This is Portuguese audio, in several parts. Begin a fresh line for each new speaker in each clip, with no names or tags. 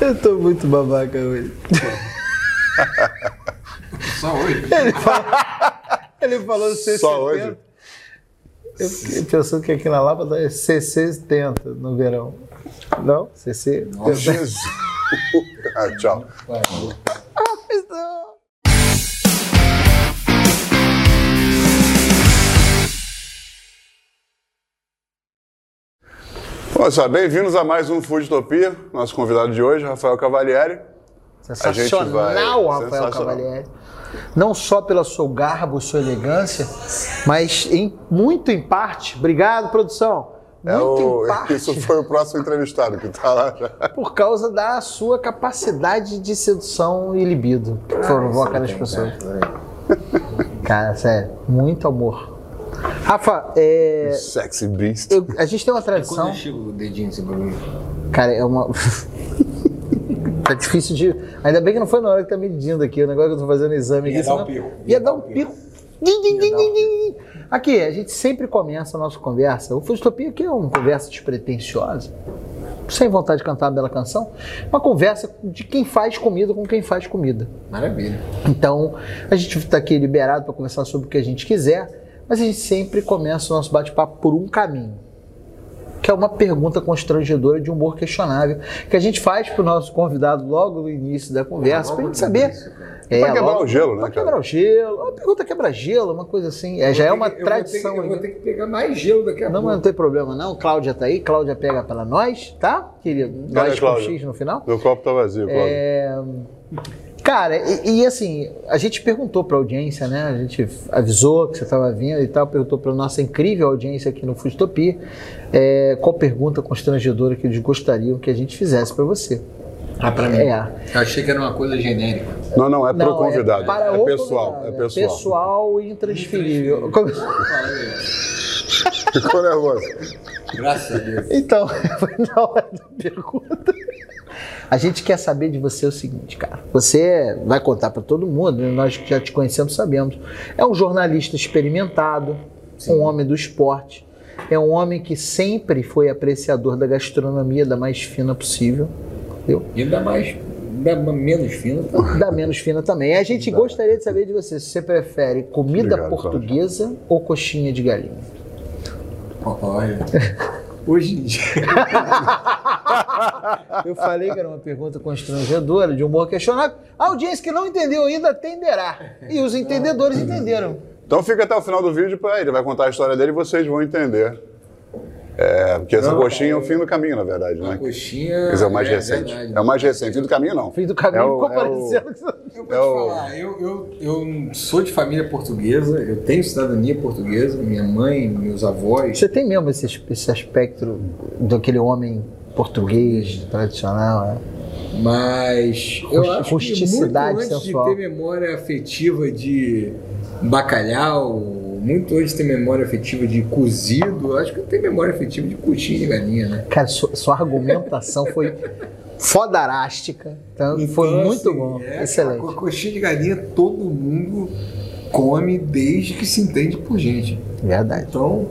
Eu tô muito babaca hoje.
Só hoje.
Ele falou, ele falou C70.
Só hoje?
Eu fiquei pensando que aqui na Lapa tá C70 no verão. Não? CC.
Jesus. Ah, tchau. Bom, só bem-vindos a mais um Food Utopia. Nosso convidado de hoje, Rafael Cavalieri. A gente
Sensacional,
vai-
Rafael
sensacional.
Cavalieri. Não só pela seu garbo, sua elegância, mas em- muito em parte. Obrigado, produção.
É
Muito
o-
em parte.
Isso foi o próximo entrevistado que tá lá já.
Por causa da sua capacidade de sedução e libido que provoca nas pessoas. Cara, sério, muito amor. Rafa, é,
Sexy Beast.
eu- a gente tem uma tradição.
Quando chega o dedinho assim pra mim.
Cara, é uma. tá difícil de. Ainda bem que não foi na hora que tá medindo aqui, o negócio que eu tô fazendo exame
Ia
aqui.
dar
senão-
um pico.
Ia dar um pico. Din, din, din, din, din. Aqui, a gente sempre começa a nossa conversa. O Fustopia aqui é uma conversa despretensiosa. Sem vontade de cantar uma bela canção. Uma conversa de quem faz comida com quem faz comida.
Maravilha.
Então, a gente está aqui liberado para conversar sobre o que a gente quiser, mas a gente sempre começa o nosso bate-papo por um caminho, que é uma pergunta constrangedora de humor questionável, que a gente faz para o nosso convidado logo no início da
Ah,
conversa, para a gente saber. É,
Pra quebrar
logo-
o gelo, né,
pra
cara?
quebrar o gelo, uma pergunta quebra-gelo, uma coisa assim. É, já é uma tradição.
Eu vou
aqui.
ter que pegar mais gelo daqui a
Não, mas
pouco.
não tem problema não. Cláudia tá aí, Cláudia pega para nós, tá? Querido,
Cadê
nós
a
com
Cláudia?
X no final.
Meu copo tá vazio, Cláudio.
Cara, e, e assim, a gente perguntou pra audiência, né? A gente avisou que você estava vindo e tal, perguntou pra nossa incrível audiência aqui no Fustopia é, qual pergunta constrangedora que eles gostariam que a gente fizesse pra você.
Ah, pra mim.
É.
Eu achei que era uma coisa genérica.
Não, não, é pro
Não,
convidado. É,
para o
pessoal,
convidado,
é pessoal.
pessoal e intransferível. Como-
Ficou nervoso.
Graças a Deus.
Então, foi na hora da pergunta. A gente quer saber de você o seguinte, cara. Você vai contar pra todo mundo, né? nós que já te conhecemos sabemos. É um jornalista experimentado, um homem do esporte. É um homem que sempre foi apreciador da gastronomia da mais fina possível. Entendeu?
E ainda mais, ainda menos fino. tá?
Da menos fina também. A gente gostaria de saber de você se você prefere comida
Obrigado,
portuguesa ou coxinha de galinha.
Olha. Hoje em dia.
Eu falei que era uma pergunta constrangedora, de humor questionável. A audiência que não entendeu ainda atenderá. E os entendedores entenderam.
Então fica até o final do vídeo pra ele. Vai contar a história dele e vocês vão entender. É, porque essa
Não,
coxinha é o
cara,
fim do caminho, na verdade,
A
né?
coxinha.
Quer dizer, o mais
é
recente.
verdade.
É o mais recente. Fim do caminho, não.
Fim do caminho
É o-
ficou
é o-
parecendo que você-
Eu vou
É o-
te falar, eu, eu, eu sou de família portuguesa, eu tenho cidadania portuguesa, minha mãe, meus avós.
Você tem mesmo esse, esse aspecto daquele homem português tradicional, né?
Mas
Rusti-
eu acho que muito
rusticidade
antes
sensual.
de ter memória afetiva de bacalhau, muito antes de ter memória afetiva de cozido, eu acho que eu tenho memória afetiva de coxinha de galinha, né?
Cara, sua, sua argumentação foi fodarástica. Então,
Então,
foi muito
assim,
bom.
é,
Excelente.
co- Coxinha de galinha todo mundo come desde que se entende por gente.
Verdade.
Então,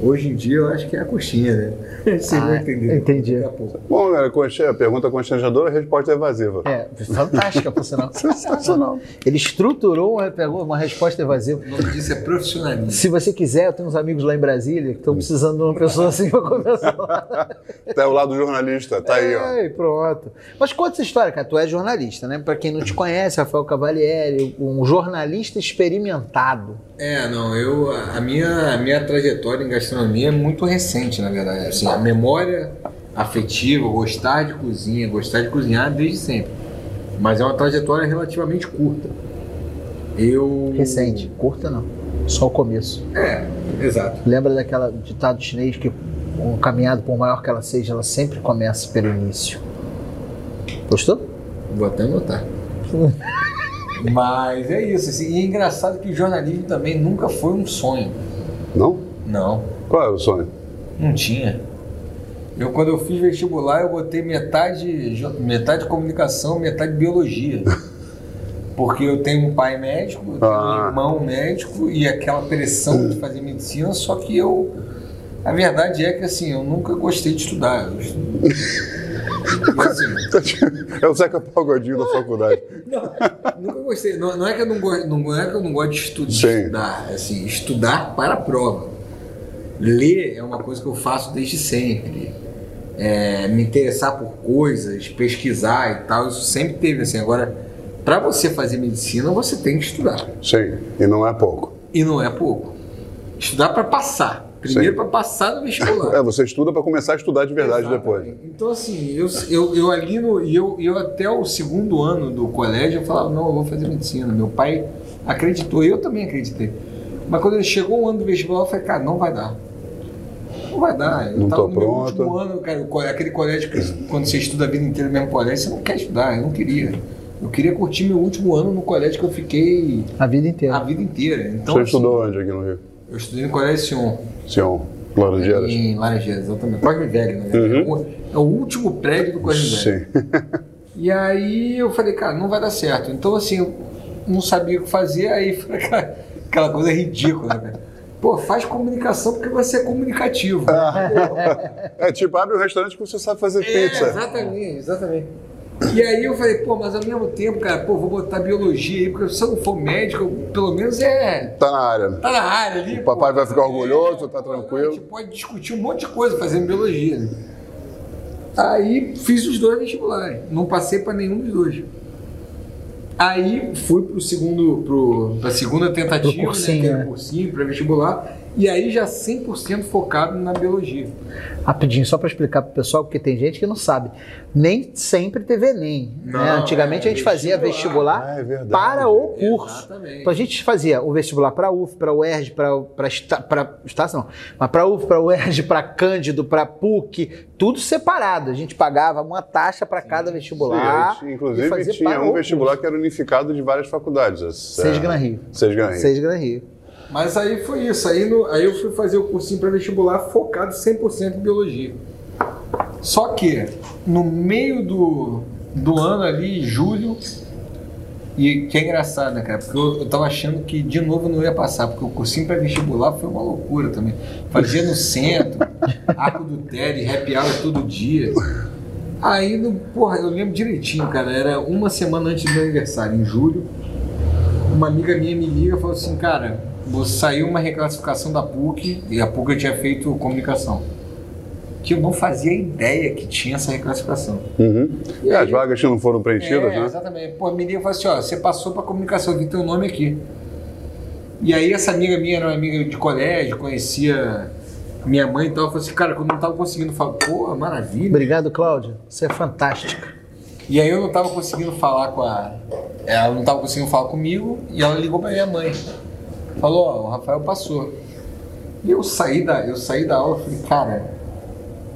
hoje em dia eu acho que é a coxinha, né? Vocês vão
Ah,
entender.
entendi.
Daqui a pouco.
Bom, galera, coxinha, pergunta constrangedora, resposta evasiva.
É, fantástica, por sinal.
Sensacional.
Ele estruturou uma, pegou uma resposta evasiva.
O nome disso é profissionalismo.
Se você quiser, eu tenho uns amigos lá em Brasília que estão precisando de uma pessoa assim para conversar lá.
Até o lado jornalista, tá aí,
É.
ó.
Ai, pronto. Mas conta essa história, cara. Tu é jornalista, né? Para quem não te conhece, Rafael Cavalieri, um jornalista experimentado.
É, não, eu a minha, a minha trajetória em gastronomia é muito recente, na verdade. Assim, a memória afetiva, gostar de cozinha, gostar de cozinhar desde sempre. Mas é uma trajetória relativamente curta. Eu
Recente. Curta, não. Só o começo.
Exato.
Lembra daquela ditado chinês que um caminhado, por maior que ela seja, ela sempre começa pelo início. Gostou?
Vou até anotar. Mas é isso. Assim, e é engraçado que o jornalismo também nunca foi um sonho.
Não?
Não.
Qual era o sonho?
Não tinha. Eu quando eu fiz vestibular eu botei metade jo- metade comunicação, metade biologia. Porque eu tenho um pai médico, eu tenho
Ah.
um irmão médico e aquela pressão de fazer medicina, só que eu a verdade é que assim, eu nunca gostei de estudar. Eu estu- E, assim,
É o Zeca Pagodinho da faculdade.
Não, nunca gostei. Não, não é que eu não, go, não, não, é que eu não gosto de estu
Sim.
estudar, assim, estudar para a prova. Ler é uma coisa que eu faço desde sempre. É, me interessar por coisas, pesquisar e tal, isso sempre teve assim. Agora, para você fazer medicina, você tem que estudar.
Sim, e não é pouco.
E não é pouco. Estudar para passar. Primeiro para passar no vestibular.
É, você estuda para começar a estudar de verdade
Exatamente.
depois. né?
Então, assim, eu, eu, eu ali no. e Eu, eu até o segundo ano do colégio, eu falava, não, eu vou fazer medicina. Meu pai acreditou, eu também acreditei. Mas quando chegou o ano do vestibular, eu falei, cara, não vai dar. Não vai dar. Eu
Não
tava
tô
no meu
pronto.
último ano, cara, o co- aquele colégio que quando você estuda a vida inteira no mesmo colégio, você não quer estudar, eu não queria. Eu queria curtir meu último ano no colégio que eu fiquei
A vida inteira.
a vida inteira. Então,
você
assim,
estudou onde aqui no Rio?
eu estudei no colégio um. Sion.
Sion, Laranjeiras?
Em Laranjeiras, exatamente. Cosme Velho, né?
Uhum.
É o último prédio do Cosme Velho.
Sim.
E aí eu falei, cara, não vai dar certo. Então, assim, eu não sabia o que fazer, aí foi aquela, aquela coisa ridícula, né? Pô, faz comunicação porque você é comunicativo.
Ah, É tipo, abre um restaurante que você sabe fazer
É,
pizza.
Exatamente, exatamente. E aí eu falei, pô, mas ao mesmo tempo, cara, pô, vou botar biologia aí, porque se eu não for médico, eu- pelo menos é.
Tá na área.
Tá na área ali.
O papai
pô.
vai ficar orgulhoso, tá
pô,
tranquilo.
A gente pode discutir um monte de coisa fazendo biologia. né? Aí fiz os dois vestibulares. Não passei para nenhum dos dois. Aí fui pro segundo, pro, pra segunda tentativa,
Pro cursinho,
né, que era
né?
cursinho, pré-vestibular, e aí já 100% focado na biologia.
Rapidinho, só para explicar pro pessoal, porque tem gente que não sabe. Nem sempre teve Enem.
Não,
né? Antigamente
é
a gente fazia
vestibular.
vestibular
Ah, é verdade.
para o curso.
Exatamente.
Então a gente fazia o vestibular para UF, para UERJ, para Estácio não, mas para UF, para UERJ, para Cândido, para PUC, tudo separado. A gente pagava uma taxa para cada vestibular.
Sim, aí,
e fazia
inclusive tinha
para
um
o
vestibular que era unificado de várias faculdades. É
curso. Seis Gran Rio.
Seis
É
Gran Rio.
Seis Gran Rio.
Mas aí foi isso. Aí, no- aí eu fui fazer o cursinho para vestibular focado 100% em biologia. Só que no meio do, do ano ali, julho, e que é engraçado, né, cara? Porque eu, eu tava achando que de novo eu não ia passar, porque o cursinho para vestibular foi uma loucura também. Fazia no centro, arco do Teles, happy hour todo dia. Aí, no, porra, eu lembro direitinho, cara. Era uma semana antes do meu aniversário, em julho. Uma amiga minha me liga e falou assim, cara, você saiu uma reclassificação da PUC e a PUC eu tinha feito comunicação. Que eu não fazia ideia que tinha essa reclassificação.
Uhum.
E
É,
aí-
as vagas que não foram preenchidas,
é,
né?
Exatamente. Pô, a menina falou assim, ó, você passou pra comunicação, eu vi teu nome aqui. E aí essa amiga minha era uma amiga de colégio, conhecia minha mãe e tal, falou assim, cara, quando eu não tava conseguindo falar, pô, maravilha.
Obrigado, Cláudio. Você é fantástico.
E aí eu não tava conseguindo falar com a. Ela não tava conseguindo falar comigo e ela ligou pra minha mãe. Falou, ó, o Rafael passou. E eu saí da, eu saí da aula e falei, cara,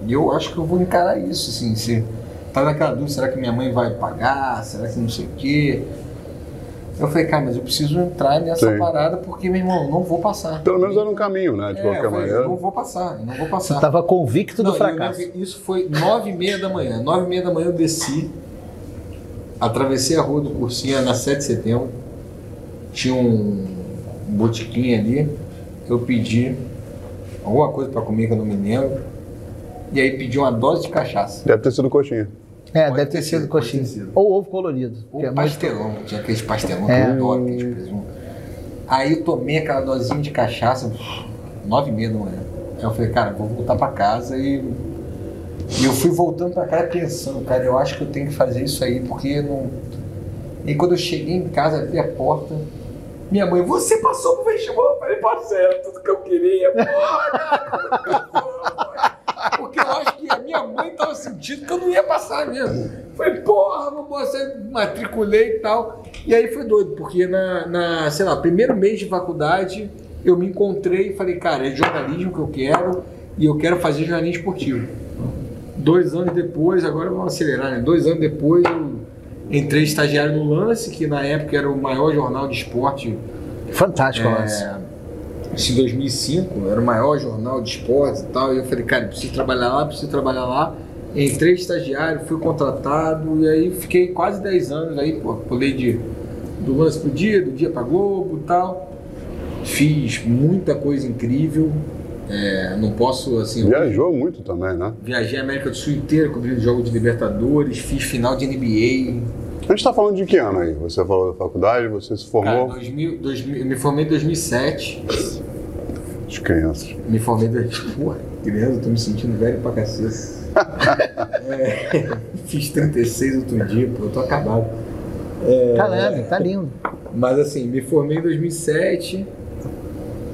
eu acho que eu vou encarar isso, assim, se tá naquela dúvida, será que minha mãe vai pagar? Será que não sei o quê? Eu falei, cara, mas eu preciso entrar nessa
Sim.
parada porque, meu irmão, eu não vou passar.
Pelo menos era um caminho, né? De
É, eu
qualquer
falei, eu
maneira.
não vou passar, eu não vou passar.
Você estava convicto
Não,
do
eu
fracasso.
lembro que isso foi nove e meia da manhã. Nove e meia da manhã eu desci, atravessei a rua do cursinho na 7 de setembro. Tinha um botiquim ali. Eu pedi alguma coisa para comer que eu não me lembro. E aí pedi uma dose de cachaça.
Deve ter sido coxinha.
É,
Pode
deve
ter
ter
sido,
sido
pode
coxinha.
ter sido.
Ou ovo colorido. que é
Ou
muito-
pastelão, tinha aqueles pastelão
É.
que eu adoro, aqueles presunto. Aí eu tomei aquela dosinha de cachaça, nove e meia da manhã. Aí eu falei, cara, vou voltar pra casa e... E eu fui voltando pra casa pensando, cara, eu acho que eu tenho que fazer isso aí, porque não... E quando eu cheguei em casa, abri a porta, minha mãe, você passou pro vestibular? Eu falei, parceiro, era tudo que eu queria, porra! Porque eu acho que a minha mãe tava sentindo que eu não ia passar mesmo. Falei, porra, vou mostrar, matriculei e tal. E aí foi doido, porque na, na, sei lá, primeiro mês de faculdade, eu me encontrei e falei, cara, é jornalismo que eu quero e eu quero fazer jornalismo esportivo. Dois anos depois, agora vamos acelerar, né? Dois anos depois eu entrei estagiário no Lance, que na época era o maior jornal de esporte
Fantástico,
É.
Lance.
isso em 2005, era o maior jornal de esportes e tal, e eu falei, cara, preciso trabalhar lá, preciso trabalhar lá. Entrei estagiário, fui contratado, e aí fiquei quase 10 anos aí, pô, pulei de, do lance pro dia, do dia pra Globo e tal. Fiz muita coisa incrível, É, não posso, assim.
Viajou muito também, né?
Viajei a América do Sul inteira, cobrindo jogo de Libertadores, fiz final de NBA.
A gente tá falando de que ano aí? Você falou da faculdade, você se
Cara,
formou?
2000, 2000, me formei em 2007.
de crianças.
Me formei em. dois- Pô, criança, eu tô me sentindo velho pra cacete. É, fiz 36 outro dia, pô, eu tô acabado.
Caralho, tá lindo.
Mas assim, me formei em 2007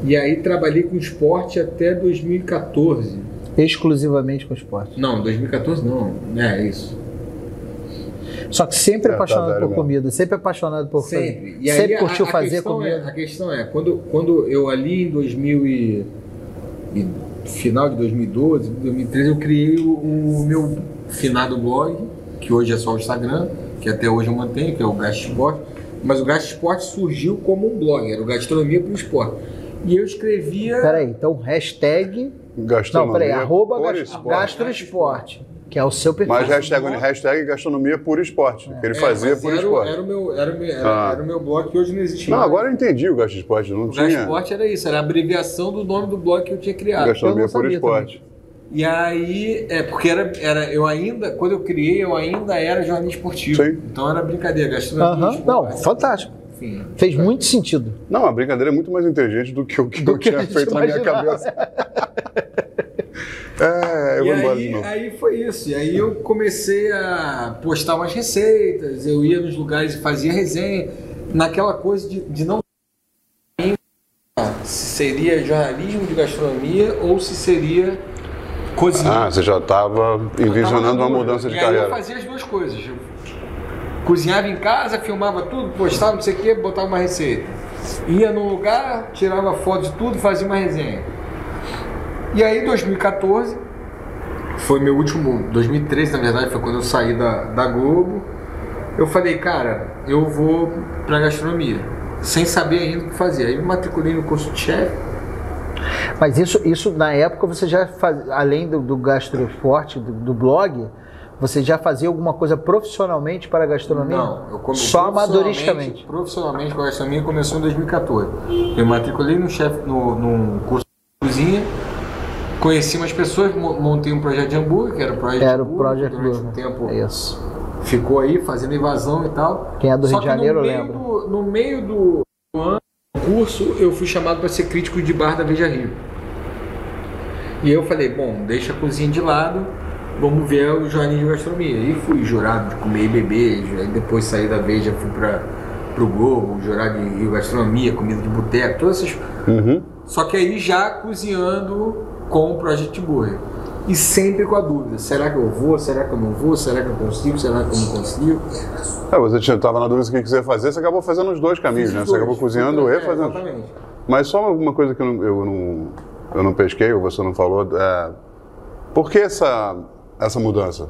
e aí trabalhei com esporte até 2014.
Exclusivamente com esporte.
Não, 2014 não, é isso.
Só que sempre
É, tá
apaixonado
velho
por
mesmo.
comida, sempre apaixonado por
Sempre.
fazer.
E aí,
sempre
a-
curtiu
a
fazer
questão
comida.
É, a questão é, quando, quando eu ali em 2000 e, e final de 2012, 2013, eu criei o, o meu finado blog, que hoje é só o Instagram, que até hoje eu mantenho, que é o Gasto Esporte. Mas o Gasto Esporte surgiu como um blog, era o Gastronomia para o Esporte. E eu escrevia...
Peraí, então hashtag. Não,
Gastronomia.
peraí, arroba
por
gas-
esporte.
gastroesporte, que é o seu perfil.
Mas hashtag, hashtag gastronomia por esporte, que ele fazia
É, mas
por
era, o-
esporte.
Era o meu, era, o meu- era-
Ah.
era o meu blog que hoje não existe
Não,
mais.
agora eu entendi o gasto esporte, não
O
tinha
Gasport era isso, era a abreviação do nome do blog que eu tinha criado.
eu
gastronomia
não
por
sabia
esporte.
E aí, é, porque era, era, eu ainda, quando eu criei, eu ainda era jornalista esportivo.
Sim.
Então era brincadeira,
é
gastronomia.
Aham,
esporte,
Não, fantástico.
Enfim.
Fez muito sentido.
Não, a brincadeira é muito mais inteligente do que o que eu
que a
tinha
gente
feito na minha
imaginava.
cabeça. É, eu
E
vou embora de
aí,
novo.
aí foi isso. E aí eu comecei a postar umas receitas, eu ia nos lugares e fazia resenha, naquela coisa de, de não se seria jornalismo de gastronomia ou se seria cozinha.
Ah, você já estava envisionando uma mudança de
e aí eu
carreira.
fazia as duas coisas. Eu cozinhava em casa, filmava tudo, postava não sei o que, botava uma receita. Ia num lugar, tirava foto de tudo, fazia uma resenha. E aí 2014 foi meu último, 2013 na verdade, foi quando eu saí da, da Globo. Eu falei, cara, eu vou pra gastronomia, sem saber ainda o que fazer. Aí me matriculei no curso de chefe,
Mas isso, isso na época você já faz, além do, do gastroesporte, do, do blog, você já fazia alguma coisa profissionalmente para a gastronomia?
Não, eu come-
Só
profissionalmente-
amadoristicamente.
Profissionalmente com a gastronomia começou em 2014. Eu matriculei no chef, no, num curso de cozinha, conheci umas pessoas, mo- montei um projeto de hambúrguer, que era o Project
Era o
Hambúrguer,
Project
durante
Blue.
um tempo
É isso.
ficou aí fazendo invasão e tal.
Quem é do
Só
Rio de
que no
Janeiro
meio
lembra.
do- no meio do do ano, do curso, eu fui chamado para ser crítico de bar da Veja Rio. E eu falei, bom, deixa a cozinha de lado, vamos ver o jornalismo de gastronomia. E fui jurado de comer e beber, aí depois saí da Veja, fui para o Globo, jurado de Rio Gastronomia, comida de boteco, todas essas
Uhum.
só que aí já cozinhando com o Project Burger. E sempre com a dúvida: será que eu vou? Será que eu não vou? Será que eu consigo? Será que eu não consigo?
É, você estava na dúvida do que quiser fazer, você acabou fazendo os dois caminhos, né? Você acabou cozinhando
é,
e fazendo.
Exatamente.
Mas só uma coisa que eu não, eu não, eu não pesquei, ou você não falou. É... Por que essa, essa mudança?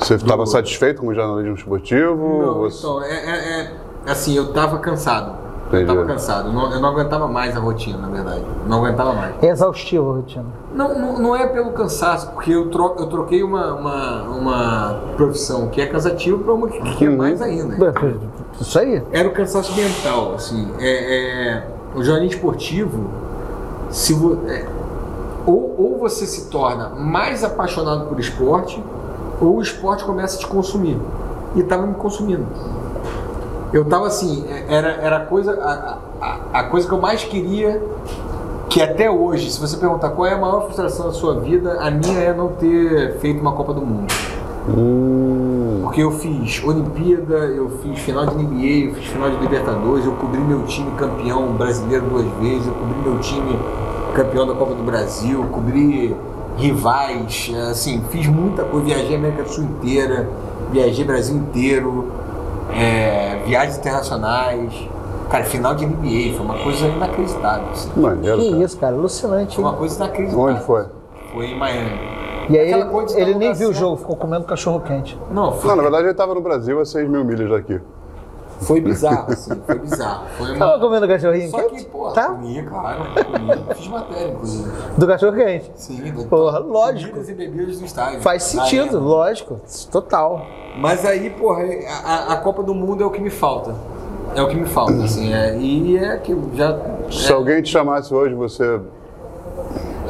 Você estava satisfeito com o jornalismo esportivo?
Não,
Você-
então, é, é- é- assim, eu tava cansado. Eu
Entendi.
tava cansado. Eu não, eu não aguentava mais a rotina, na verdade. Não aguentava mais.
É exaustivo a rotina.
Não, não, não é pelo cansaço, porque eu, tro eu troquei uma, uma, uma profissão que é cansativa para uma que, que é
Uhum.
mais ainda.
Isso aí.
era o cansaço mental, assim. É, é, o jornalismo esportivo, se vo- é, ou, ou você se torna mais apaixonado por esporte, ou o esporte começa a te consumir. E estava me consumindo. Eu estava assim, é, era, era a, coisa, a, a- a coisa que eu mais queria, que até hoje, se você perguntar qual é a maior frustração da sua vida, a minha é não ter feito uma Copa do Mundo.
Hum,
Porque eu fiz Olimpíada, eu fiz final de NBA, eu fiz final de Libertadores, eu cobri meu time campeão brasileiro duas vezes, eu cobri meu time campeão da Copa do Brasil, eu cobri rivais, eh, assim, fiz muita coisa, viajei a América do Sul inteira, viajei Brasil inteiro, eh, viagens internacionais. Cara, final de NBA foi uma coisa inacreditável. assim.
maneiro,
que
cara.
isso, cara, alucinante.
Foi
hein?
uma coisa inacreditável.
Onde foi?
Foi em Miami.
E aí
Aquela coisa
ele,
da
ele nem viu o
locação.
jogo, ficou comendo cachorro quente.
Não, foi,
Não, na verdade ele estava no Brasil a 6 mil milhas daqui.
foi bizarro, assim, foi bizarro. Foi uma-
Tava comendo cachorrinho
Só
quente?
que, pô, assim,
tá?
comia, claro, né? comia. Fiz matéria, inclusive.
Do cachorro quente.
Sim, da-
Porra, lógico.
Comidas e bebidas no estádio.
Faz
Na
sentido,
época.
lógico. Total.
Mas aí, porra, é, a, a Copa do Mundo é o que me falta. É o que me falta, assim. É, e é que já.
Se
é,
alguém te chamasse hoje, você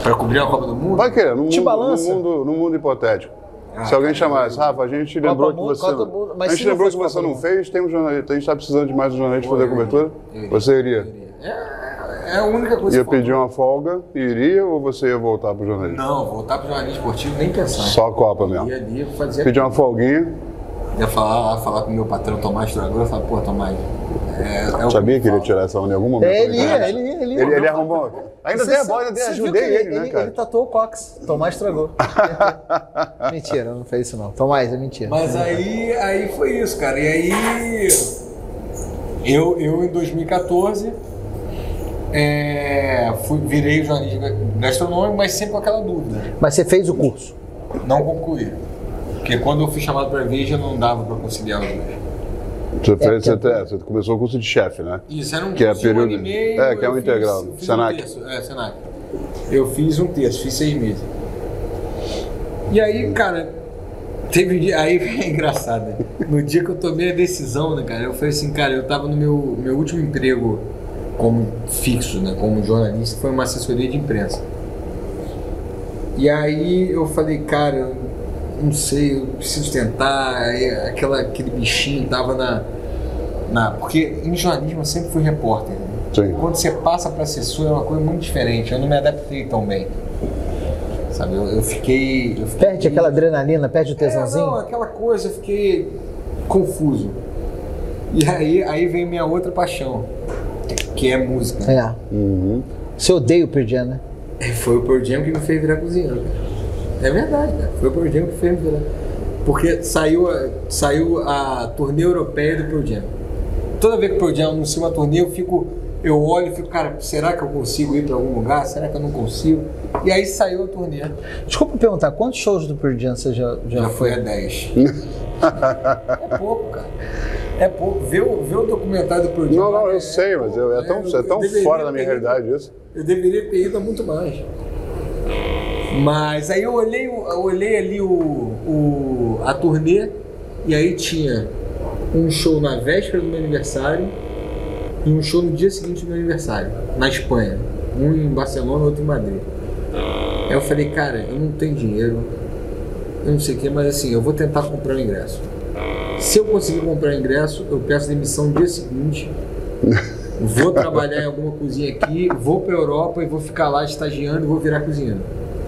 Pra cobrir a Copa do Mundo?
Vai querer, num
Te
mundo,
balança. Ah,
num mundo, num mundo hipotético. se alguém chamasse, Rafa, a gente lembrou que
Mundo,
você.
Copa Mundo, mas
a
se
gente
não
lembrou
fosse
que você
Copa
não
do
fez, tem um jornalista, a gente está precisando de mais um jornalista para fazer a cobertura. Você iria?
É, é a única coisa
Ia
que falta.
pedir uma folga e iria ou você ia voltar pro jornalismo?
Não, voltar pro jornalismo esportivo nem pensar.
Só a Copa mesmo.
Ia ali fazer.
Pedir uma folguinha.
Ia falar, falar com o meu patrão Tomás Tragoura e falar, pô, Tomás. É, é o
Sabia que ele ia
falo.
tirar essa onda em algum momento?
É, ele
né,
ia,
cara?
ele ia, ele ia.
Ele, ele arrumou. Ainda dei a bola, ainda dei-
Você viu
ajudei
que
ele, né, cara?
Ele tá tatuou o Cox. Tomás estragou. mentira, não fez isso não. Tomás, é mentira.
Mas aí, aí foi isso, cara. E aí. Eu, eu em 2014. é, fui, virei jornalista gastronômico, mas sempre com aquela dúvida.
Mas você fez o curso.
Não concluí. Porque quando eu fui chamado para Veja, não dava para conciliar os dois.
Você, fez,
É,
você, te- você começou o curso de chefe, né?
Isso, era um
Que é
curso de um
período-
ano e meio,
é, que é um
eu
integral.
eu
Senac.
Um terço, é, Senac. Eu fiz um terço, fiz seis meses. E aí, cara, teve um dia, aí é engraçado, né? No dia que eu tomei a decisão, né, cara, eu falei assim, cara, eu tava no meu, meu último emprego como fixo, né, como jornalista, foi uma assessoria de imprensa. E aí eu falei, cara, eu não sei, eu preciso tentar, aí aquela, aquele bichinho tava na, na... Porque em jornalismo eu sempre fui repórter, né?
Sim.
Quando você passa para assessor é uma coisa muito diferente. Eu não me adaptei tão bem. Sabe, eu, eu fiquei. Eu fiquei
Perde aquela adrenalina, perde o
É, não,
tesãozinho.
aquela coisa, eu fiquei confuso. E aí, aí vem minha outra paixão, que é música.
É.
Uhum.
Você odeia o Pearl Jam, né?
É, Foi o Pearl Jam que me fez virar cozinheiro, cara. É verdade, cara. Foi o Pearl Jam que fez virar. Porque saiu a, saiu a turnê europeia do Pearl Jam. Toda vez que o Pearl Jam anuncia uma turnê, eu fico... Eu olho e fico, cara, será que eu consigo ir pra algum lugar? Será que eu não consigo? E aí saiu a turnê.
Desculpa perguntar, quantos shows do Pearl Jam você já, já,
Já foi
foi?
a 10. é pouco, cara. É pouco. Vê o, vê o documentário do Pearl Jam.
Não, não,
É
eu sei, mas eu- é tão,
pouco.
é tão
Eu deveria
fora da minha
ter ido.
realidade isso.
Eu deveria ter ido a muito mais. Mas aí eu olhei, o- eu olhei ali o, o- a turnê e aí tinha um show na véspera do meu aniversário e um show no dia seguinte do meu aniversário, na Espanha. Um em Barcelona, outro em Madrid. Aí eu falei, cara, eu não tenho dinheiro, eu não sei o que, mas assim, eu vou tentar comprar o ingresso. Se eu conseguir comprar o ingresso, eu peço demissão no dia seguinte Vou trabalhar em alguma cozinha aqui, vou pra Europa e vou ficar lá estagiando e vou virar cozinheiro.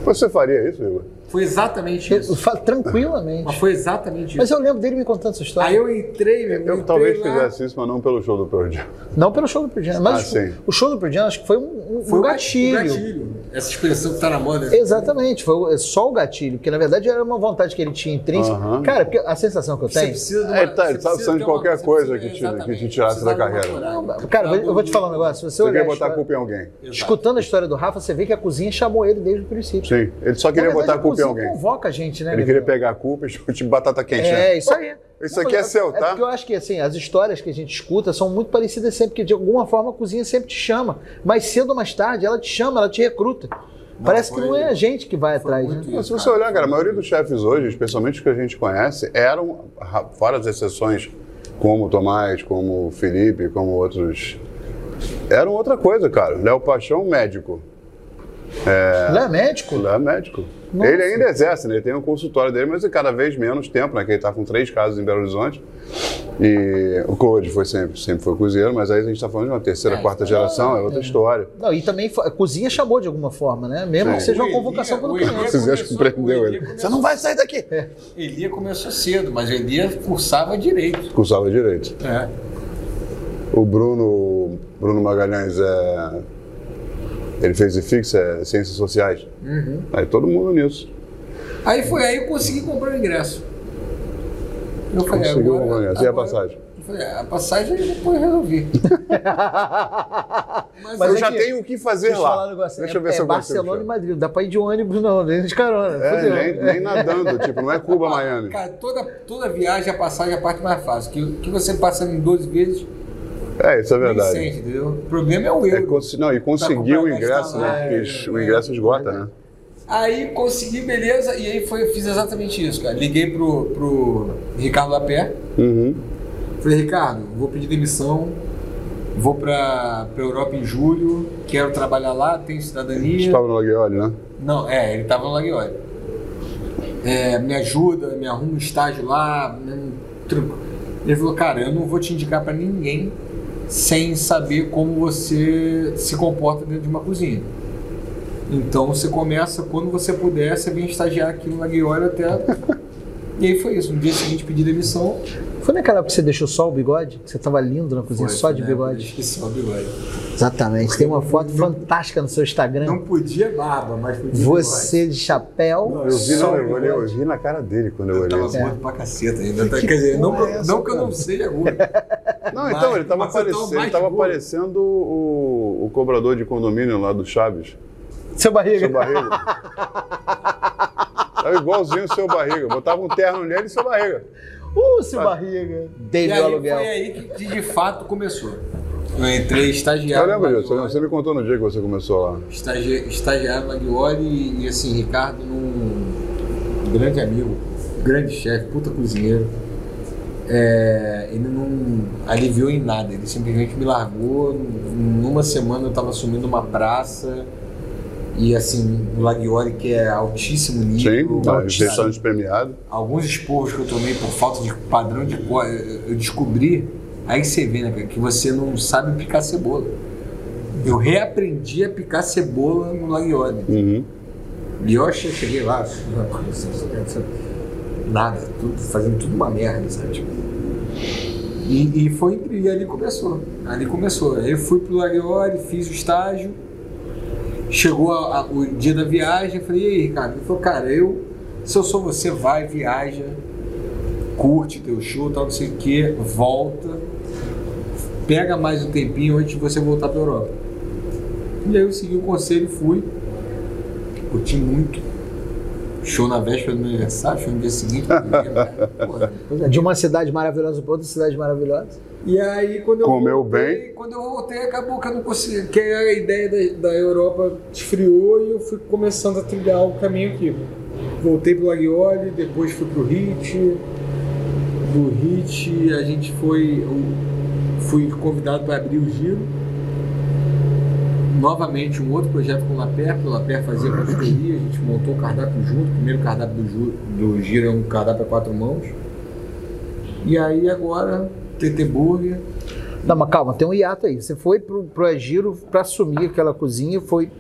Você faria isso, Igor?
Foi exatamente
Eu
isso.
falo Tranquilamente.
Mas foi exatamente
Mas
isso.
eu lembro dele me contando essa história.
Aí eu entrei, meu irmão,
Eu
entrei
talvez
lá,
fizesse isso, mas não pelo show do Pearl Jam.
Não pelo show do Pearl Jam,
Ah,
mas
sim.
o show do Pearl Jam acho que foi um, um-
Foi
um
o
gatilho.
gatilho. Essa expressão que tá na moda.
Exatamente, foi o- é só o gatilho, porque na verdade era uma vontade que ele tinha intrínseca.
Aham.
Cara, porque a sensação que eu
Você
tenho.
precisa de uma,
É, ele tá- ele
você
tá
precisa
precisando de
ter uma-
qualquer
você
coisa
precisa-
que te- que te
exatamente,
tirasse da
precisa de uma Tá
carreira.
coragem.
Cara, eu vou- eu vou te falar um negócio. Se você
Você
olhar.
queria
a
botar a
história-
culpa em alguém.
Escutando a história do Rafa, você vê que a cozinha chamou ele desde o princípio.
Sim. Ele só
Na
queria
verdade,
botar a culpa em
cozinha
alguém.
convoca a gente, é né?
Ele queria
Gabriel?
pegar a culpa e tipo batata quente. né?
É, isso aí.
Isso
Não,
aqui é
mas
seu,
É
tá?
porque eu acho que assim, as histórias que a gente escuta são muito parecidas sempre, porque de alguma forma a cozinha sempre te chama. Mais cedo ou mais tarde, ela te chama, ela te recruta. Parece que
foi-
não é a gente que vai atrás.
muito
Né?
Não, se você olhar, cara, a maioria dos chefes hoje, especialmente os que a gente conhece, eram, ra- fora as exceções, como o Tomás, como o Felipe, como outros, eram outra coisa, cara. Léo Paixão, médico.
Não é médico?
Léo é médico.
Nossa.
Ele ainda exerce, né? Ele tem um consultório dele, mas é cada vez menos tempo, né? Que ele tá com três casos em Belo Horizonte. E o Claude foi sempre, sempre foi cozinheiro, mas aí a gente tá falando de uma terceira,
É,
quarta geração, é outra história.
Não, e também foi- a cozinha chamou de alguma forma, né? Mesmo
Sim.
que seja
O
uma
Elia-
convocação pelo
o Elia
cliente.
Vocês acham que
começou-
prendeu
o
ele?
Elia
Você não vai sair daqui!
É.
Elia começou cedo, mas Elia cursava direito.
Cursava direito.
É.
O Bruno, Bruno Magalhães é. Ele fez IFIX, é Ciências Sociais.
Uhum.
Aí todo mundo nisso.
Aí foi aí eu consegui comprar o ingresso. Eu
É,
falei,
Conseguiu
agora-
comprar o ingresso. E a
agora-
passagem?
Eu falei, a passagem depois eu resolvi. Mas,
Mas
eu
é
já
que-
tenho o que fazer
Deixa eu falar um
lá.
negócio.
Deixa
é,
eu ver
é
se eu consigo.
Barcelona e Madrid. Dá pra ir de ônibus, não, nem de carona.
É,
fudeu.
nem, nem nadando, tipo, não é Cuba, Miami.
Cara, toda, toda viagem, a passagem é a parte mais fácil. Que, que você passando em 12 vezes,
É, isso é
nem
verdade.
sente, entendeu? O problema é o
É,
euro.
consi- não, e conseguir
Pra comprar
o
mais
ingresso, né?
salário,
Porque o
é.
ingresso esgota, né?
Aí consegui, beleza, e aí foi, eu fiz exatamente isso, cara. Liguei pro, pro Ricardo Lapé,
Uhum.
falei, Ricardo, vou pedir demissão, Vou para a Europa em julho, quero trabalhar lá, tenho cidadania.
Estava no Laguiole, né?
Não, é, ele estava no Laguiole. É, me ajuda, me arruma um estágio lá. né, tru- Ele falou, cara, eu não vou te indicar para ninguém sem saber como você se comporta dentro de uma cozinha. Então você começa quando você puder, você vem estagiar aqui no Laguiole até. E aí foi isso. No dia seguinte pedi demissão.
Foi naquela época que você deixou só o bigode? Que você tava lindo na cozinha,
Foi,
só de
né?
bigode.
Esqueci o bigode.
Exatamente. Tem uma foto fantástica no seu Instagram.
Não podia barba, mas podia
É. Você de chapéu.
Não,
Eu vi, na,
Só o
eu, olhei, eu
bigode.
vi na cara dele quando eu
Eu
olhei.
tava
É.
gordo pra caceta ainda. tá? Quer dizer, não,
porra
que-
é essa,
não que eu
cara?
não seja gordo.
Não, então, ele tava
Mas eu tô
aparecendo, ele
mais
tava
gordo.
aparecendo o, o cobrador de condomínio lá do Chaves.
Seu barriga.
Seu barriga. Tava igualzinho o seu barriga. Botava um terno nele e seu barriga.
Uh, seu barriga.
E
Dei
aí
do
foi
aluguel.
aí que de, de fato começou. Eu entrei
Eu
estagiário.
lembro
no
disso,
Maggiore,
você me contou no dia que você começou lá.
estagi- Estagiário Maggiore e, e assim, Ricardo, um grande amigo, grande chefe, puta cozinheiro. É, ele não aliviou em nada, ele simplesmente me largou. Numa semana eu tava assumindo uma praça. E assim, o Laguiore, que é altíssimo nível.
Sim, tá,
altíssimo
restaurante premiado.
alguns esporros que eu tomei por falta de padrão de cor, eu descobri, aí que você vê, né, cara, que você não sabe picar cebola. Eu reaprendi a picar cebola no Lagione.
Uhum.
E eu achei, cheguei lá, assim, né, nada, tudo, fazendo tudo uma merda, sabe? Tipo, E, e foi incrível, e ali começou. Ali começou. Aí eu fui pro Larioli, fiz o estágio, chegou a- a- o dia da viagem, eu falei, e aí, Ricardo? Ele falou, cara, eu, se eu sou você, vai, viaja, curte teu show, tal, não sei o que, volta, pega mais um tempinho antes de você voltar pra Europa. E aí eu segui o conselho e fui. Curti muito. Show na véspera do meu aniversário, show no dia seguinte. Porra.
De uma cidade maravilhosa para outra cidade maravilhosa.
E aí quando eu
Comeu
voltei, quando eu voltei, acabou que eu não consegui. Que a ideia da, da Europa esfriou e eu fui começando a trilhar o caminho aqui. Voltei pro Lagioli, depois fui pro Hit. Do Hit a gente foi. eu fui convidado para abrir o giro. Novamente um outro projeto com o Laper, porque o Laper fazia consultoria, a gente montou o cardápio junto. O primeiro cardápio do, Ju- do giro é um cardápio a quatro mãos. E aí agora, TT Burger,
Não, mas calma, tem um hiato aí. Você foi pro, pro Agiro para assumir aquela cozinha, foi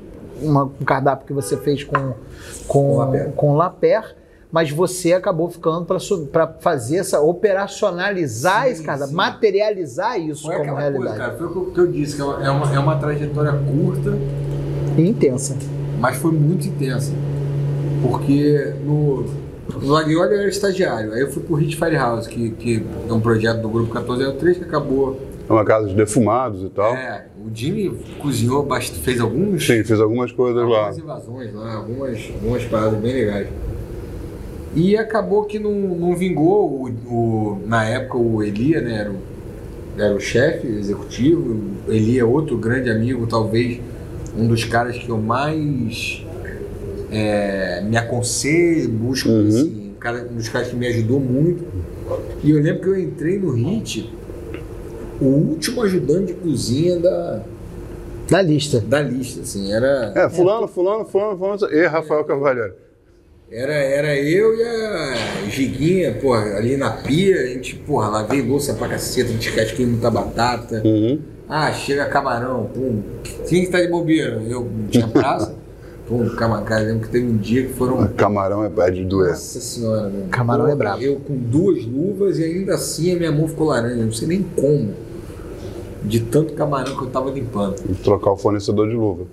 uma- um cardápio que você fez com
Com
com,
Laper.
com Laper, mas você acabou ficando para fazer essa operacionalizar
Sim,
esse cardápio,
sim.
materializar isso
Foi
como
aquela
realidade.
coisa, cara. Foi o que eu disse, que é uma, é uma- é uma trajetória curta,
E intensa.
mas foi muito intensa. Porque no, no Laguiole eu era estagiário, aí eu fui pro Hit Firehouse, que, que é um projeto do Grupo 1403 que acabou.
É uma casa de defumados e tal.
É, o Jimmy cozinhou, bast- fez alguns,
Então? Sim, fiz algumas coisas lá.
algumas invasões lá, algumas, algumas paradas bem legais. E acabou que não, não vingou o, o- na época o Elia, né? Era o, era o chefe executivo. O Elia é outro grande amigo, talvez um dos caras que eu mais é, me aconselho, busco,
Uhum.
assim, um cara- um dos caras que me ajudou muito. E eu lembro que eu entrei no HIT, o último ajudante de cozinha da,
Da lista.
da lista, assim, era.
É, fulano, fulano, fulano, fulano e Rafael Carvalho.
Era, era eu e a Giguinha, porra, ali na pia, a gente, porra, lavei louça pra caceta, a gente casquei muita batata.
Uhum.
Ah, chega camarão, pum. Quem que tá de bobeira? Eu não tinha praça. pum, camarão, cara, eu lembro que teve um dia que foram.
Camarão é pé de doença.
Nossa senhora, meu.
Camarão
Porra,
é brabo.
Eu com duas luvas e ainda assim a minha mão ficou laranja, não sei nem como. De tanto camarão que eu tava limpando.
Trocar o fornecedor de luva.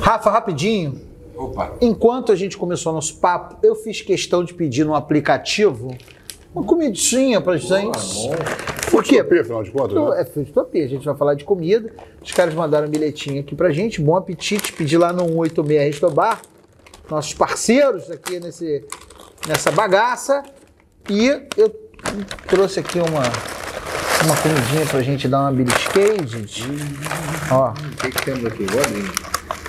Rafa, rapidinho.
Opa,
Enquanto a gente começou nosso papo, eu fiz questão de pedir no aplicativo uma comidinha pra gente.
Tá bom.
Por quê?
Pia, afinal de contas, né?
É fritopia, a gente vai falar de comida. Os caras mandaram um bilhetinho aqui pra gente. Bom apetite, pedi lá no 186 Restobar, nossos parceiros aqui nesse, nessa bagaça. E eu trouxe aqui uma, uma comidinha pra gente dar uma beliscade. Ó,
o que, que temos aqui? Vou abrir.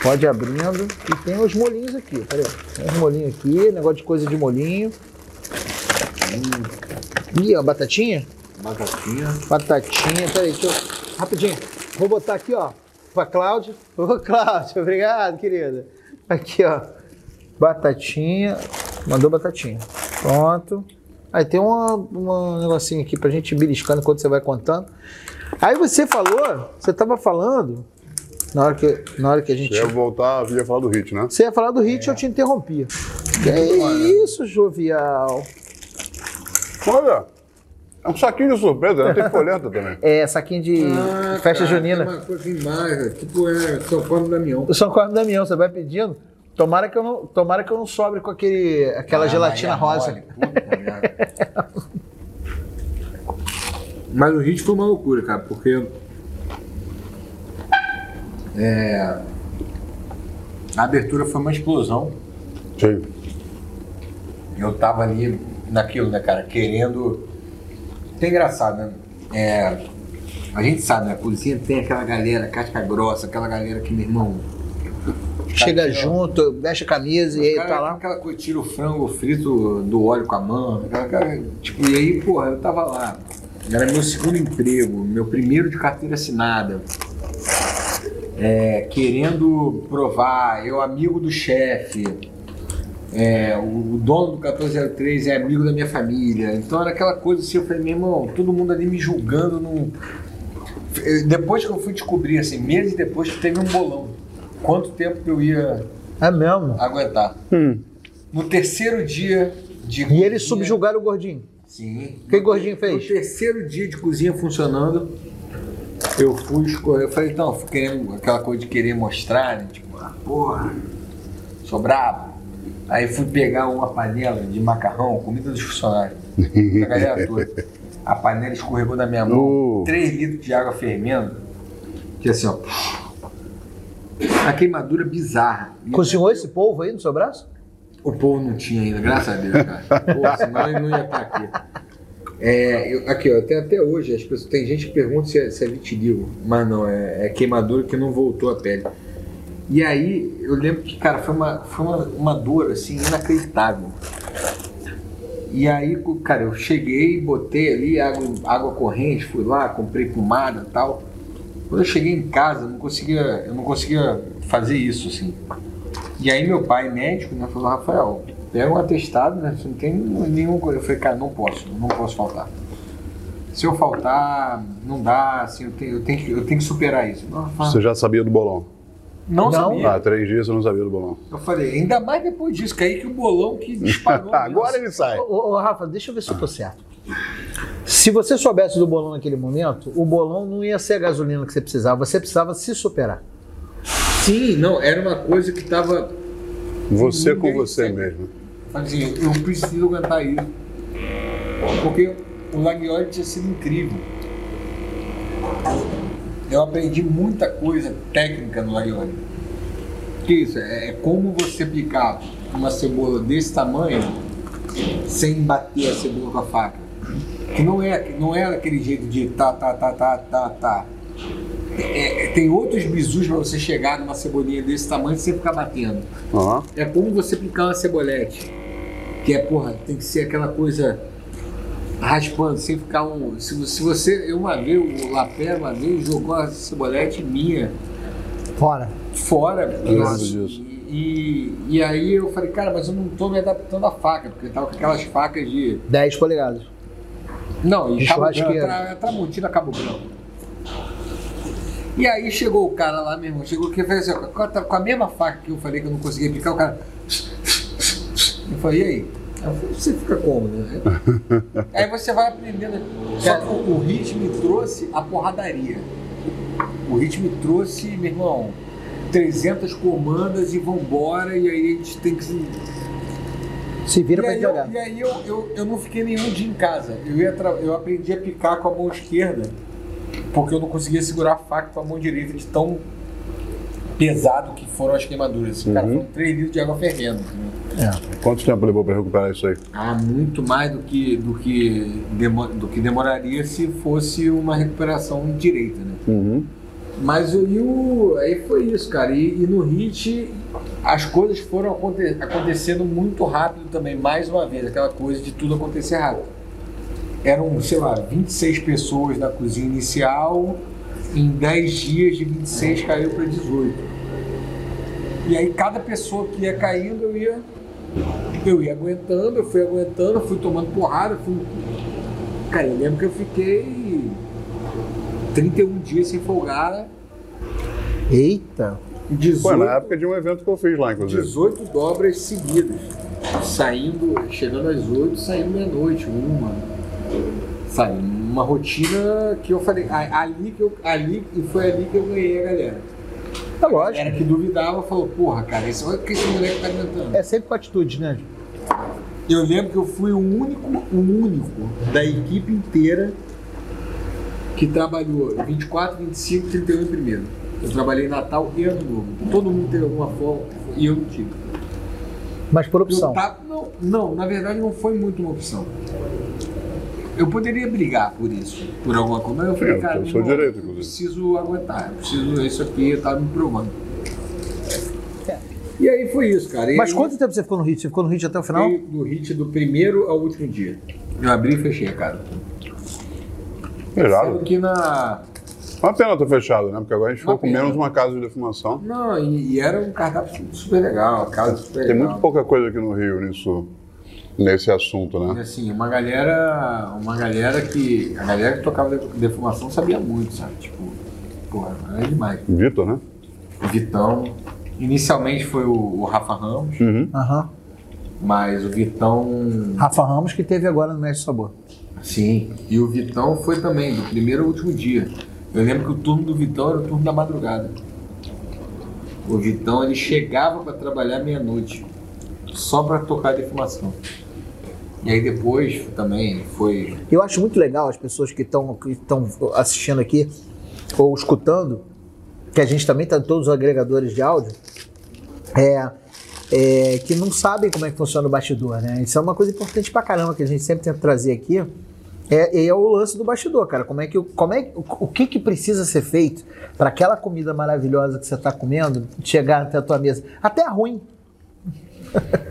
pode ir abrindo. E tem os molinhos aqui, peraí. Tem os molinhos aqui, negócio de coisa de molinho. Ih, a batatinha?
Batatinha.
Batatinha, peraí, deixa eu. Rapidinho. Vou botar aqui, ó. Pra Cláudia. Ô, Cláudia, obrigado, querida. Aqui, ó. Batatinha. Mandou batatinha. Pronto. Aí tem uma, uma- um negocinho aqui pra gente ir beliscando enquanto você vai contando. Aí você falou, você tava falando, na hora que, na hora que a gente.
Eu ia voltar, eu ia falar do hit, né?
Você ia falar do hit e eu te interrompi. É. Que é isso, jovial.
Olha, é um saquinho de surpresa, né? tem polenta também.
É, saquinho de festa junina.
Ah, Tem uma coisa embaixo, tipo é, São Paulo da Mion.
O São Carlos Damião, você vai pedindo. Tomara que eu não, tomara que eu não sobre com aquele, aquela
Ah, é
gelatina rosa.
Mas o hit foi uma loucura, cara, porque. É, a abertura foi uma explosão.
Sim.
Eu tava ali naquilo, né, cara? Querendo. É engraçado, né? É, a gente sabe, né? A cozinha tem aquela galera casca grossa, aquela galera que, meu irmão.
Chega
Tá aqui, ó.
junto, veste a camisa e aí
cara,
tá lá.
é Aquela coisa, tira o frango frito do óleo com a mão. aquela cara- tipo, e aí, porra, eu tava lá. Era meu segundo emprego, meu primeiro de carteira assinada. É, querendo provar, eu amigo do chefe. É, o, o dono do 1403 é amigo da minha família. Então era aquela coisa assim, eu falei, meu irmão, todo mundo ali me julgando num. Eu- Depois que eu fui descobrir, assim, meses depois, que teve um bolão. Quanto tempo que eu ia
É mesmo.
aguentar. No terceiro dia de
Hum. E
cozinha-
eles subjugaram o gordinho.
Sim.
O que o gordinho
No
fez?
terceiro dia de cozinha funcionando, eu fui escorrer. Eu falei, não, fui querendo aquela coisa de querer mostrar, né? Tipo, ah, porra, sou brabo. Aí fui pegar uma panela de macarrão, comida dos funcionários. A galera toda. A panela escorregou na minha mão,
Uh.
3 litros de água fervendo. Que assim, ó. Uma queimadura bizarra. E
Cozinhou esse polvo aí no seu braço?
o povo não tinha ainda, graças a Deus, cara. Pô, senão ele não ia estar aqui. É, eu- aqui, ó, tem até hoje, as pessoas, tem gente que pergunta se é, se é vitiligo, mas não, é, é queimadura que não voltou a pele. E aí, eu lembro que, cara, foi uma, foi uma, uma dor, assim, inacreditável. E aí, co- cara, eu cheguei, botei ali água, água corrente, fui lá, comprei pomada e tal. Quando eu cheguei em casa, eu não conseguia, eu não conseguia fazer isso, assim. E aí meu pai, médico, né, falou, Rafael, pega um atestado, né? Você não tem nenhum. Eu falei, cara, não posso, não posso faltar. Se eu faltar, não dá, assim, eu tenho, eu tenho, que, eu tenho que superar isso. Não, Rafael,
Você já sabia do bolão.
não,
Não.
sabia.
Ah, três dias você não sabia do bolão.
Eu falei, ainda mais depois disso, que é aí que o bolão que disparou.
Ah, Agora
mesmo.
ele sai.
Ô, ô, ô, Rafa, deixa eu ver se eu tô certo. Se você soubesse do bolão naquele momento, o bolão não ia ser a gasolina que você precisava, você precisava se superar.
Sim, não, era uma coisa que tava.
Você com
Ninguém
você
sabe.
mesmo.
Falei assim, eu, eu preciso aguentar isso. Porque o Laguioli tinha sido incrível. Eu aprendi muita coisa técnica no Laguioli. Que isso? É, é como você picar uma cebola desse tamanho sem bater a cebola com a faca. Que não é, não é aquele jeito de tá, tá, tá, tá, tá, tá. É- é- tem outros bizus para você chegar numa cebolinha desse tamanho sem ficar batendo.
Aham.
É como você picar uma cebolete. Que é, porra, tem que ser aquela coisa raspando, sem ficar um. Se, se você. Eu uma vez, o Lapé uma vez jogou a cebolete minha
Fora.
fora.
Eu lembro
e-
disso.
E, e aí eu falei, cara, mas eu não tô me adaptando à faca, porque eu tava com aquelas facas de.
10 polegadas.
Não, e
De
Cabo Branco,
churrasqueira.
tra, Tramontina Cabo Branco. E aí chegou o cara lá, meu irmão, chegou que fez assim, ó, com a- com a mesma faca que eu falei que eu não conseguia picar, o cara. Eu falei, e aí? Eu falei, Você fica como, né? aí você vai aprendendo. né? Só que o, o ritmo me trouxe a porradaria. O ritmo me trouxe, meu irmão, 300 comandas e vambora, e aí a gente tem que se
Se vira
e
pra
aí, eu,
jogar.
e aí eu, eu, eu não fiquei nenhum dia em casa. Eu, ia tra- eu aprendi a picar com a mão esquerda, porque eu não conseguia segurar a faca com a mão direita de tão pesado que foram as queimaduras. Cara,
Uhum.
foram 3 litros de água fervendo. entendeu?
Quanto tempo levou pra recuperar isso aí?
Ah, muito mais do que, do, que demo- do que demoraria se fosse uma recuperação direita, né?
Uhum.
Mas o, e o- aí foi isso, cara. E, e no hit as coisas foram aconte- acontecendo muito rápido também, mais uma vez, aquela coisa de tudo acontecer rápido. eram, sei lá, 26 pessoas da cozinha inicial, em 10 dias de 26 caiu para 18. E aí cada pessoa que ia caindo, eu ia, eu ia aguentando, eu fui aguentando, eu fui tomando porrada, fui. Cara, eu lembro que eu fiquei 31 dias sem folgar,
Eita.
18
Foi na época de um evento que eu fiz lá, inclusive.
18 dobras seguidas. Saindo, chegando às 8, saindo meia-noite, uma. Sabe, uma rotina que eu falei, a- ali que eu, ali, e foi ali que eu ganhei a galera.
É
A galera
lógico.
que duvidava falou, porra, cara, esse, olha o que esse moleque tá inventando.
É sempre com atitude, né?
Eu lembro que eu fui o único, o único da equipe inteira que trabalhou 24, 25, 31 em primeiro. Eu trabalhei Natal e Ano Novo. Todo mundo teve alguma folga e eu não tive.
Mas por
Eu
opção.
tava- não, não, na verdade não foi muito uma opção. Eu poderia brigar por isso, por alguma coisa, mas eu falei,
É,
cara,
é o seu
não,
direito,
eu
inclusive.
preciso aguentar, eu preciso isso aqui, eu tava me provando. E aí foi isso, cara. E
É. Mas
aí-
quanto tempo você ficou no hit? Você ficou no hit até o final?
Dei do hit do primeiro ao último dia. Eu abri e fechei, cara. Sendo
Irado.
que na.
Uma pena ter fechado, né? Porque agora a gente ficou
Uma
com
pena.
menos uma casa de defumação.
Não, e, e era um cardápio super legal, a casa super
Tem
legal.
muito pouca coisa aqui no Rio nisso, nesse assunto,
E,
né?
assim, uma galera, uma galera que a galera que tocava de- defumação sabia muito, sabe? Tipo, porra, era demais.
Vitor, né?
Vitão, inicialmente foi o, o Rafa Ramos,
Uhum.
Aham.
mas o Vitão,
Rafa Ramos que teve agora no Mestre Sabor.
sim, e o Vitão foi também do primeiro ao último dia. Eu lembro que o turno do Vitão era o turno da madrugada. O Vitão ele chegava para trabalhar meia-noite, só para tocar defumação. E aí depois também foi
Eu acho muito legal as pessoas que estão que estão assistindo aqui ou escutando, que a gente também está em todos os agregadores de áudio, é, é, que não sabem como é que funciona o bastidor, né? Isso é uma coisa importante pra caramba que a gente sempre tenta trazer aqui. É, e é o lance do bastidor, cara. Como é que, o- como é, o o que, que precisa ser feito para aquela comida maravilhosa que você está comendo chegar até a tua mesa? Até a ruim.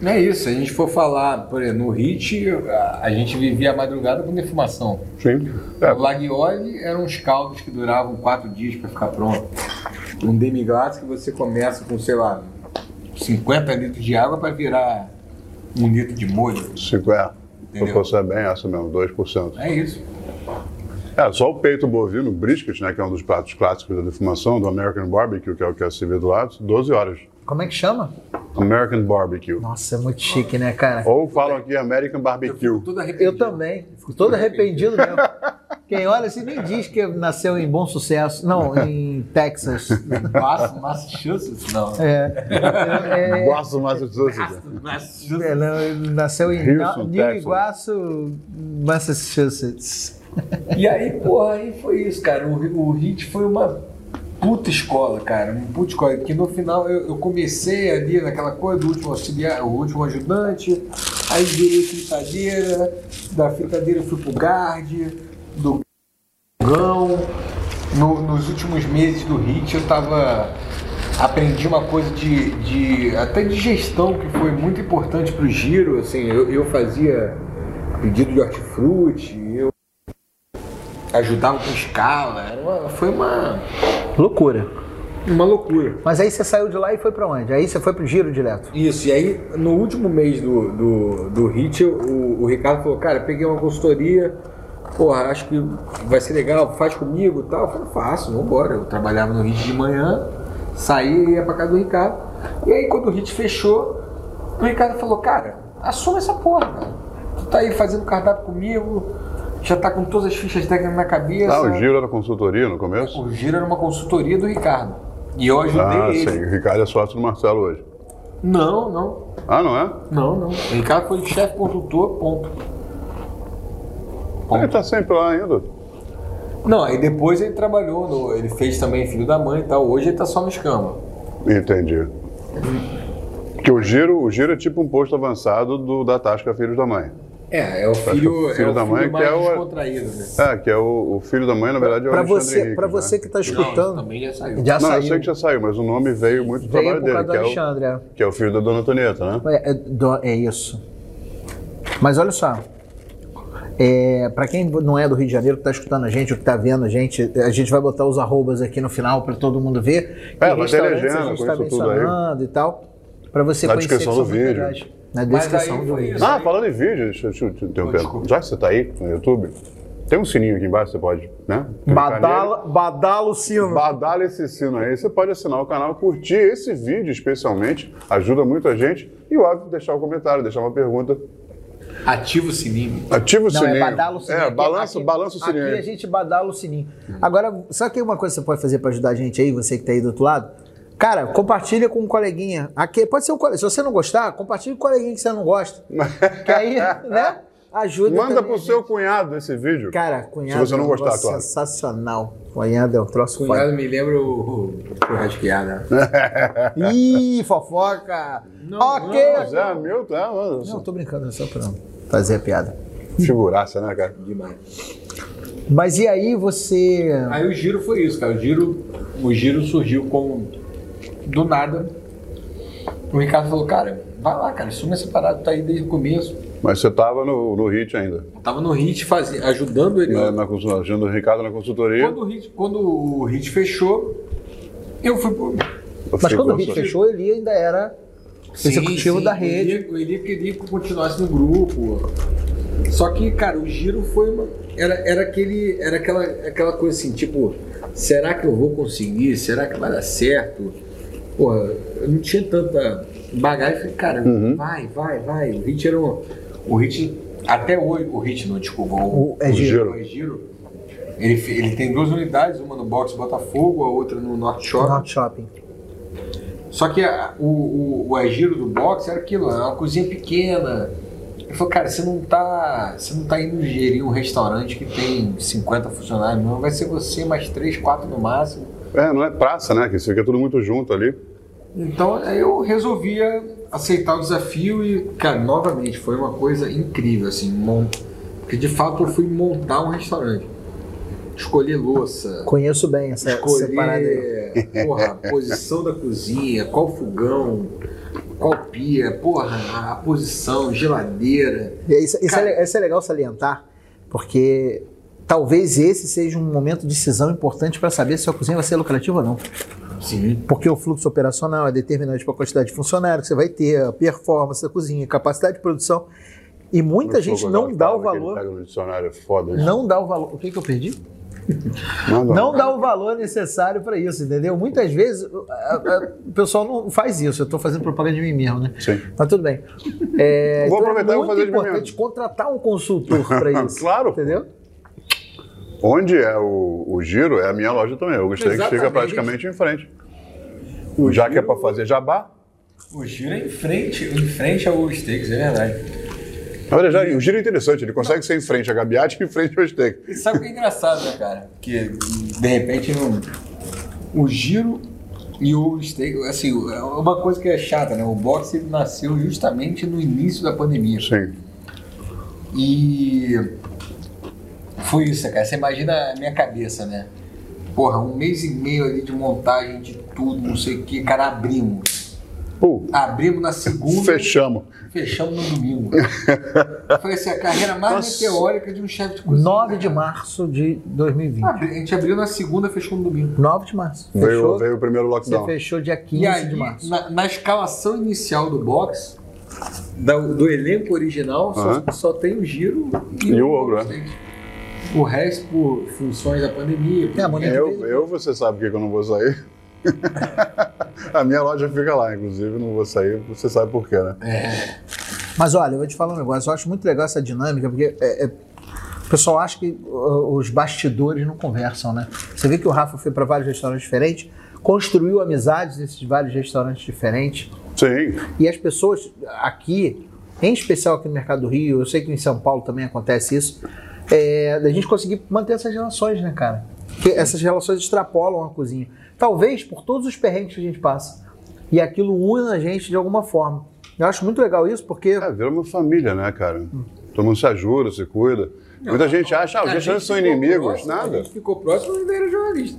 Não é isso, se a gente for falar, por exemplo, no HIT, a, a gente vivia a madrugada com defumação.
Sim.
O
É,
Lagioli eram uns caldos que duravam quatro dias para ficar pronto. Um demi-glace que você começa com, sei lá, 50 litros de água para virar um litro de molho.
cinco é. Se
Entendeu?
fosse bem essa mesmo, 2%.
É isso.
É, só o peito bovino, brisket, né? Que é um dos pratos clássicos da defumação, do American Barbecue, que é o que é servido lá, 12 horas.
Como é que chama?
American Barbecue.
Nossa, é muito chique, né, cara?
Ou falam aqui American
Eu fico
Barbecue.
todo arrependido.
Eu também. Fico todo arrependido mesmo. Quem olha assim nem diz que nasceu em bom sucesso. Não, em Texas.
Massa, Massachusetts, não.
É. É,
Gosto mais de tudo.
Massa- Massachusetts.
é, não, nasceu em
Houston,
New
Texas.
Iguaçu, Massachusetts.
E aí, porra, aí foi isso, cara. O, o Hit foi uma puta escola, cara. Uma puta escola. Que no final eu, eu comecei ali naquela coisa do último auxiliar, o último ajudante, aí virei fritadeira, da fritadeira eu fui pro guard, do gão. No- nos últimos meses do Hit eu tava. Aprendi uma coisa de, de- até de gestão que foi muito importante pro giro. Assim, eu, eu fazia pedido de hortifruti, eu ajudava com escala, era uma- foi uma,
Loucura.
uma loucura.
Mas aí você saiu de lá e foi pra onde? Aí você foi pro giro direto.
Isso, e aí no último mês do, do, do HIT, o, o Ricardo falou, cara, peguei uma consultoria, porra, acho que vai ser legal, faz comigo e tal. Eu falei, faço, vambora. Eu trabalhava no HIT de manhã, saía e ia pra casa do Ricardo. E aí quando o HIT fechou, o Ricardo falou, cara, assuma essa porra, cara. Tu tá aí fazendo cardápio comigo, já tá com todas as fichas técnicas na cabeça.
Ah, o giro era consultoria no começo?
O Giro era uma consultoria do Ricardo. E eu ajudei
Ah,
ele.
sim. O Ricardo é sócio do Marcelo hoje.
Não, não.
Ah, não é?
Não, não. O Ricardo foi chefe consultor, ponto.
Ele tá sempre lá ainda.
Não, aí depois ele trabalhou, no- ele fez também Filho da Mãe e tal. Hoje ele tá só no escama.
Entendi. Que o giro, o giro é tipo um posto avançado do, da Tasca Filhos da Mãe.
É, é o
filho-
filho,
é o Filho da Mãe, filho mais
mais
que é o-
descontraído, né?
É, que é o, o filho da mãe, na verdade, é o
Pra
Alexandre
você,
Henrique,
pra
né?
você que tá escutando,
também já saiu.
já
Não,
saiu.
eu sei que já saiu, mas o nome veio muito do
veio
trabalho
por causa do
dele, que é,
Alexandre. é.
o, que é o filho da Dona Antonieta, né?
É, é, do- é isso. Mas olha só. É, para quem não é do Rio de Janeiro, que está escutando a gente, ou que está vendo a gente, a gente vai botar os arrobas aqui no final para todo mundo ver. Que
É, vai ter
restaurantes
legenda
a gente
com
está
isso tudo aí.
mencionando e tal, para você
Na
conhecer.
descrição
que são
do
muito
vídeo.
legais. Na
Mas
descrição
aí
do
foi
vídeo.
isso.
Ah, falando em vídeo, deixa eu te te interromper.
desculpa.
Já que você tá aí no YouTube, tem um sininho aqui embaixo, você pode, né? clicar nele.
badala o sino.
Badala esse sino aí, você pode assinar o canal, curtir esse vídeo especialmente, ajuda muito a gente. E óbvio, deixar um comentário, deixar uma pergunta.
Ativa o sininho.
Ativa o
Não,
sininho.
é badala o sininho.
É,
Aqui-
balança,
aqui-
balança o sininho.
Aqui a gente badala o sininho. Agora, sabe que uma coisa que você pode fazer para ajudar a gente aí, você que tá aí do outro lado? Cara, compartilha com um coleguinha. Aqui, pode ser um coleguinha. Se você não gostar, compartilha com um coleguinha que você não gosta. que aí, né? Ajuda.
Manda
também
pro
a gente.
seu cunhado esse vídeo.
Cara, cunhado.
Se você não
é um
gostar,
negócio
claro.
Sensacional. Cunhado é um troço
Cunhado me lembra o, o churrasqueado. né?
foda. Ih, fofoca. ok.
Mas é, meu, tá, mano.
Não, tô brincando, é só pra fazer a piada.
Figuraça, né, cara?
Demais.
Mas e aí você.
Aí o giro foi isso, cara. O giro, o giro surgiu como do nada. O Ricardo falou, cara, vai lá, cara, assume essa parada, tá aí desde o começo.
Mas você tava no, no hit ainda. né,
Eu tava no HIT fazia, ajudando ele.
Na, na consultoria, ajudando o Ricardo na consultoria.
Quando o HIT, quando o HIT fechou, eu fui pro.
Eu
Mas
fiquei
quando o
com
vídeo
essa-
fechou, ele ainda era executivo da rede.
O Elia- O Eli queria que eu continuasse no grupo. Só que, cara, o giro foi uma. Era, era, aquele, era aquela, aquela coisa assim, tipo, será que eu vou conseguir? Será que vai dar certo? Porra, eu não tinha tanta bagagem. Falei, cara,
Uhum.
vai, vai, vai. O hit era um. O hit. Até hoje. O hit, não, desculpa.
O- é
o
Giro.
o giro. Ele, fe- ele tem duas unidades, uma no Box Botafogo, a outra no Norte Shopping.
Norte Shopping.
Só que a- o, o, o agiro do boxe era aquilo, é uma cozinha pequena. Ele falou, cara, você não tá. Você não tá indo gerir um restaurante que tem 50 funcionários, não. Vai ser você mais 3, 4 no máximo.
É, não é praça, né? Que fica tudo muito junto ali.
Então aí eu resolvia aceitar o desafio e, cara, novamente, foi uma coisa incrível, assim, mon- porque de fato eu fui montar um restaurante. Escolher louça,
Conheço bem essa, essa parada aí.
escolher porra, a posição da cozinha, qual fogão, qual pia, porra, a posição, geladeira.
E Isso, isso é,
Cara-
le- isso é legal salientar, porque talvez esse seja um momento de decisão importante para saber se a cozinha vai ser lucrativa ou não.
Sim.
Porque o fluxo operacional é determinante para a quantidade de funcionários que você vai ter, a performance da cozinha, capacidade de produção. E muita gente não dá o
Ele
valor.
pega no dicionário, é foda isso.
Não dá o valor. O que, que eu perdi?
Não,
não dá o valor necessário para isso, entendeu? Muitas vezes o- a- a- o pessoal não faz isso. Eu estou fazendo propaganda de mim mesmo, né?
Sim.
Mas tudo bem. É,
Vou
então
aproveitar e
é
vou
muito
fazer de mim
importante
mesmo.
contratar um consultor para isso.
Claro, pô.
Entendeu?
Onde é o, o giro, é a minha loja também. Eu gostei que fica
Exatamente.
praticamente em frente. Já que é pra fazer jabá.
O giro é em frente, em frente ao steaks, é verdade.
Olha, já, o giro é interessante, ele consegue ser em frente a gabiate e em frente ao steak.
E sabe o que é engraçado, né, cara? Que de repente não. O giro e o steak, assim, é uma coisa que é chata, né? O boxe ele nasceu justamente no início da pandemia.
Sim.
E foi isso, cara. Você imagina a minha cabeça, né? Porra, um mês e meio ali de montagem de tudo, não sei o que, cara, abrimos.
Pô,
Abrimos na segunda,
fechamos.
fechamos no domingo. foi assim, a carreira mais
Nossa.
meteórica de um chefe de cozinha.
9 de
cara.
março de 2020.
Abri- A gente abriu na segunda, fechou no domingo.
9 de março.
Ah. Veio,
Fechou.
veio o primeiro
Você
lockdown.
fechou dia 15
E aí,
de março.
na, na escalação inicial do box, da- do elenco original, só-
Aham.
só, tem o giro
E o ogro, é.
O resto por funções da pandemia. por-
É, a mulher-
Eu, eu, você sabe por que que eu não vou sair. a minha loja fica lá, inclusive, não vou sair, você sabe por quê, né?
Mas olha, eu vou te falar um negócio. Eu acho muito legal essa dinâmica, porque é- é- o pessoal acha que ó, os bastidores não conversam, né? Você vê que o Rafa foi para vários restaurantes diferentes, construiu amizades nesses vários restaurantes diferentes.
Sim.
E as pessoas aqui, em especial aqui no Mercado do Rio, eu sei que em São Paulo também acontece isso, é, da gente conseguir manter essas relações, né, cara? Porque essas relações extrapolam a cozinha. Talvez por todos os perrengues que a gente passa. E aquilo une a gente de alguma forma. Eu acho muito legal isso, porque.
É, vira uma família, né, cara? Todo mundo se ajuda, se cuida. Muita gente acha, ah, os
A gente
restaurantes são
ficou né?
inimigos.
próximo, A
Nada.
gente ficou próximo e era jornalista.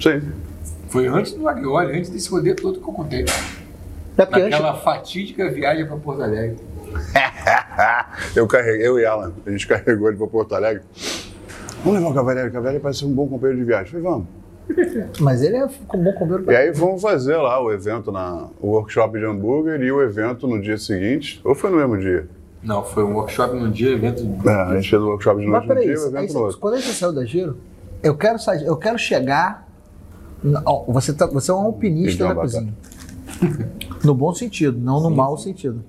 Sim.
Foi antes do Aguioli, antes desse rodeio todo que eu contei.
É porque antes,
Naquela fatídica viagem para Porto Alegre.
eu carreguei, eu e ela, a gente carregou ele para Porto Alegre. Vamos levar o Cavaleiro, o Cavaleiro parece ser um bom companheiro de viagem. Falei, vamos.
Mas ele é um bom companheiro.
E aí vamos fazer lá o evento, na, o workshop de hambúrguer e o evento no dia seguinte, ou foi no mesmo dia?
Não, foi um workshop num dia, evento.
É, a gente fez o workshop de
Mas
noite no
peraí,
dia é um e o
aí
evento
você-
no outro.
quando a gente saiu da Giro, eu quero, sa- eu quero chegar. na- ó, você, tá- você é um alpinista
Feijão,
da
batata.
cozinha. No bom sentido, não no mau sentido.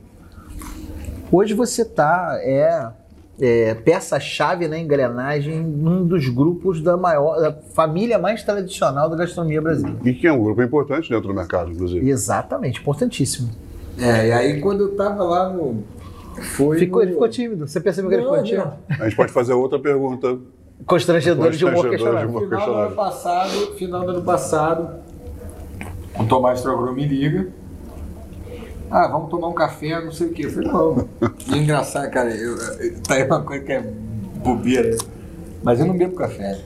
Hoje você tá é, é, peça-chave na engrenagem num dos grupos da maior, da família mais tradicional da gastronomia brasileira.
E que é um grupo importante dentro do mercado, inclusive.
Exatamente, importantíssimo.
É, e aí quando eu tava lá no. Foi.
Ficou,
no...
ele ficou tímido. Você percebeu que ele
Não,
ficou tímido?
não.
A gente pode fazer outra pergunta.
Constrangedor de humor
Constrangedor
questionável.
de humor.
Final do ano passado, final do ano passado, o Tomás Trogro me liga. Ah, vamos tomar um café, não sei o quê. Eu falei, não. E é engraçado, cara, eu, eu- tá aí uma coisa que é bobeira. Mas eu não bebo café.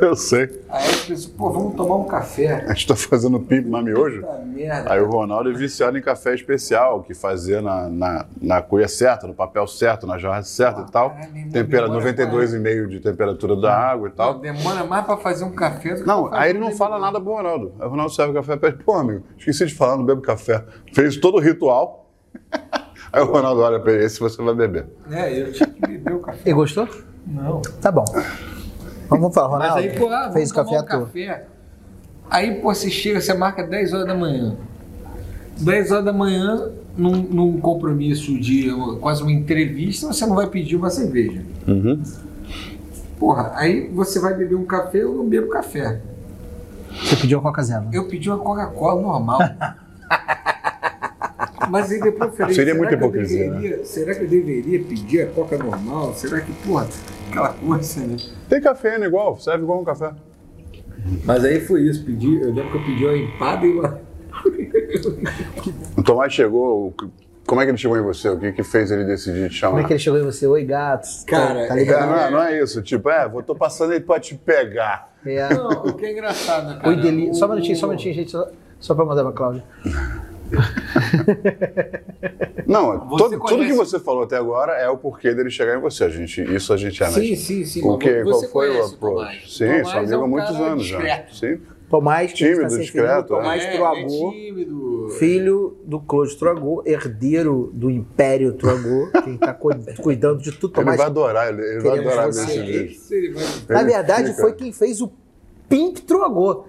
eu sei.
Aí eu pensei, pô, vamos tomar um café.
A gente tá fazendo PIB mami hoje.
Puta merda.
Aí o Ronaldo é viciado em café especial, que fazia na, na, na cuia certa, no papel certo, na jarra certa e tal.
caralho, meu
Tempera
demora
92,5 de temperatura da água e
Pô,
tal.
demora mais pra fazer um café do que pra
Não,
fazer
aí ele não
um
fala nada pro Ronaldo. Aí o Ronaldo serve o café pra ele. Pô, amigo, esqueci de falar, não bebo café. Fez todo o ritual. Aí o Ronaldo olha pra ele, esse você vai beber.
É, eu tinha que beber o café.
E gostou?
Não.
Tá bom. Vamos falar,
Mas
Ronaldo.
aí, pô, ah,
fez
vamos
o café
tomar
à
um
toa.
café. Aí, pô, você chega, você marca 10 horas da manhã. 10 horas da manhã, num, num compromisso de uma- quase uma entrevista, você não vai pedir uma cerveja. Porra, aí você vai beber um café, eu não bebo café.
Você pediu uma coca zero.
Eu pedi uma Coca-Cola normal. Mas aí depois eu falei,
Seria
será
muita
que eu
hipocrisia, né?"
deveria- Será que eu deveria pedir a Coca normal? Será que, porra, aquela coisa, né?
Tem cafeína igual, serve igual um café.
Mas aí foi isso, pedi, eu lembro que eu pedi uma empada e uma.
O Tomás chegou. o- Como é que ele chegou em você? O que, que fez ele decidir te
Como é
chamar?
que ele chegou em você? Oi, gatos. Tá-
Cara,
tá
é-
É,
liberado?
não, é, não é isso. Tipo, é, vou, tô passando ele pra te pegar.
É.
Não, o que é engraçado, né, cara?
Oi, Deli. Só um
O-
minutinho, só um minutinho, gente. Só, só pra mandar pra Cláudia.
Não, é,
Você
todo- tudo
conhece-
que você falou até agora é o porquê dele chegar em você. A gente, isso a gente analisa.
Sim, sim, sim.
O que,
Você
qual foi o
conhece
approach?
Tomás.
Sim,
Tomás
sou amigo
é um
há muitos
cara
anos já.
discreto.
Sim.
Tomás, que
Tímido,
tá sem filho,
discreto, né?
Tomás
É,
Troago,
ele é tímido.
filho do Cláudio Troago, herdeiro do Império Troago, quem tá cu- cuidando de tudo.
Ele
Tomás,
vai adorar, ele, ele vai
queremos
adorar ver
você
esse
aqui.
vídeo.
Isso ele vai-
na
ele
verdade,
fica.
foi quem fez o Pink Troago,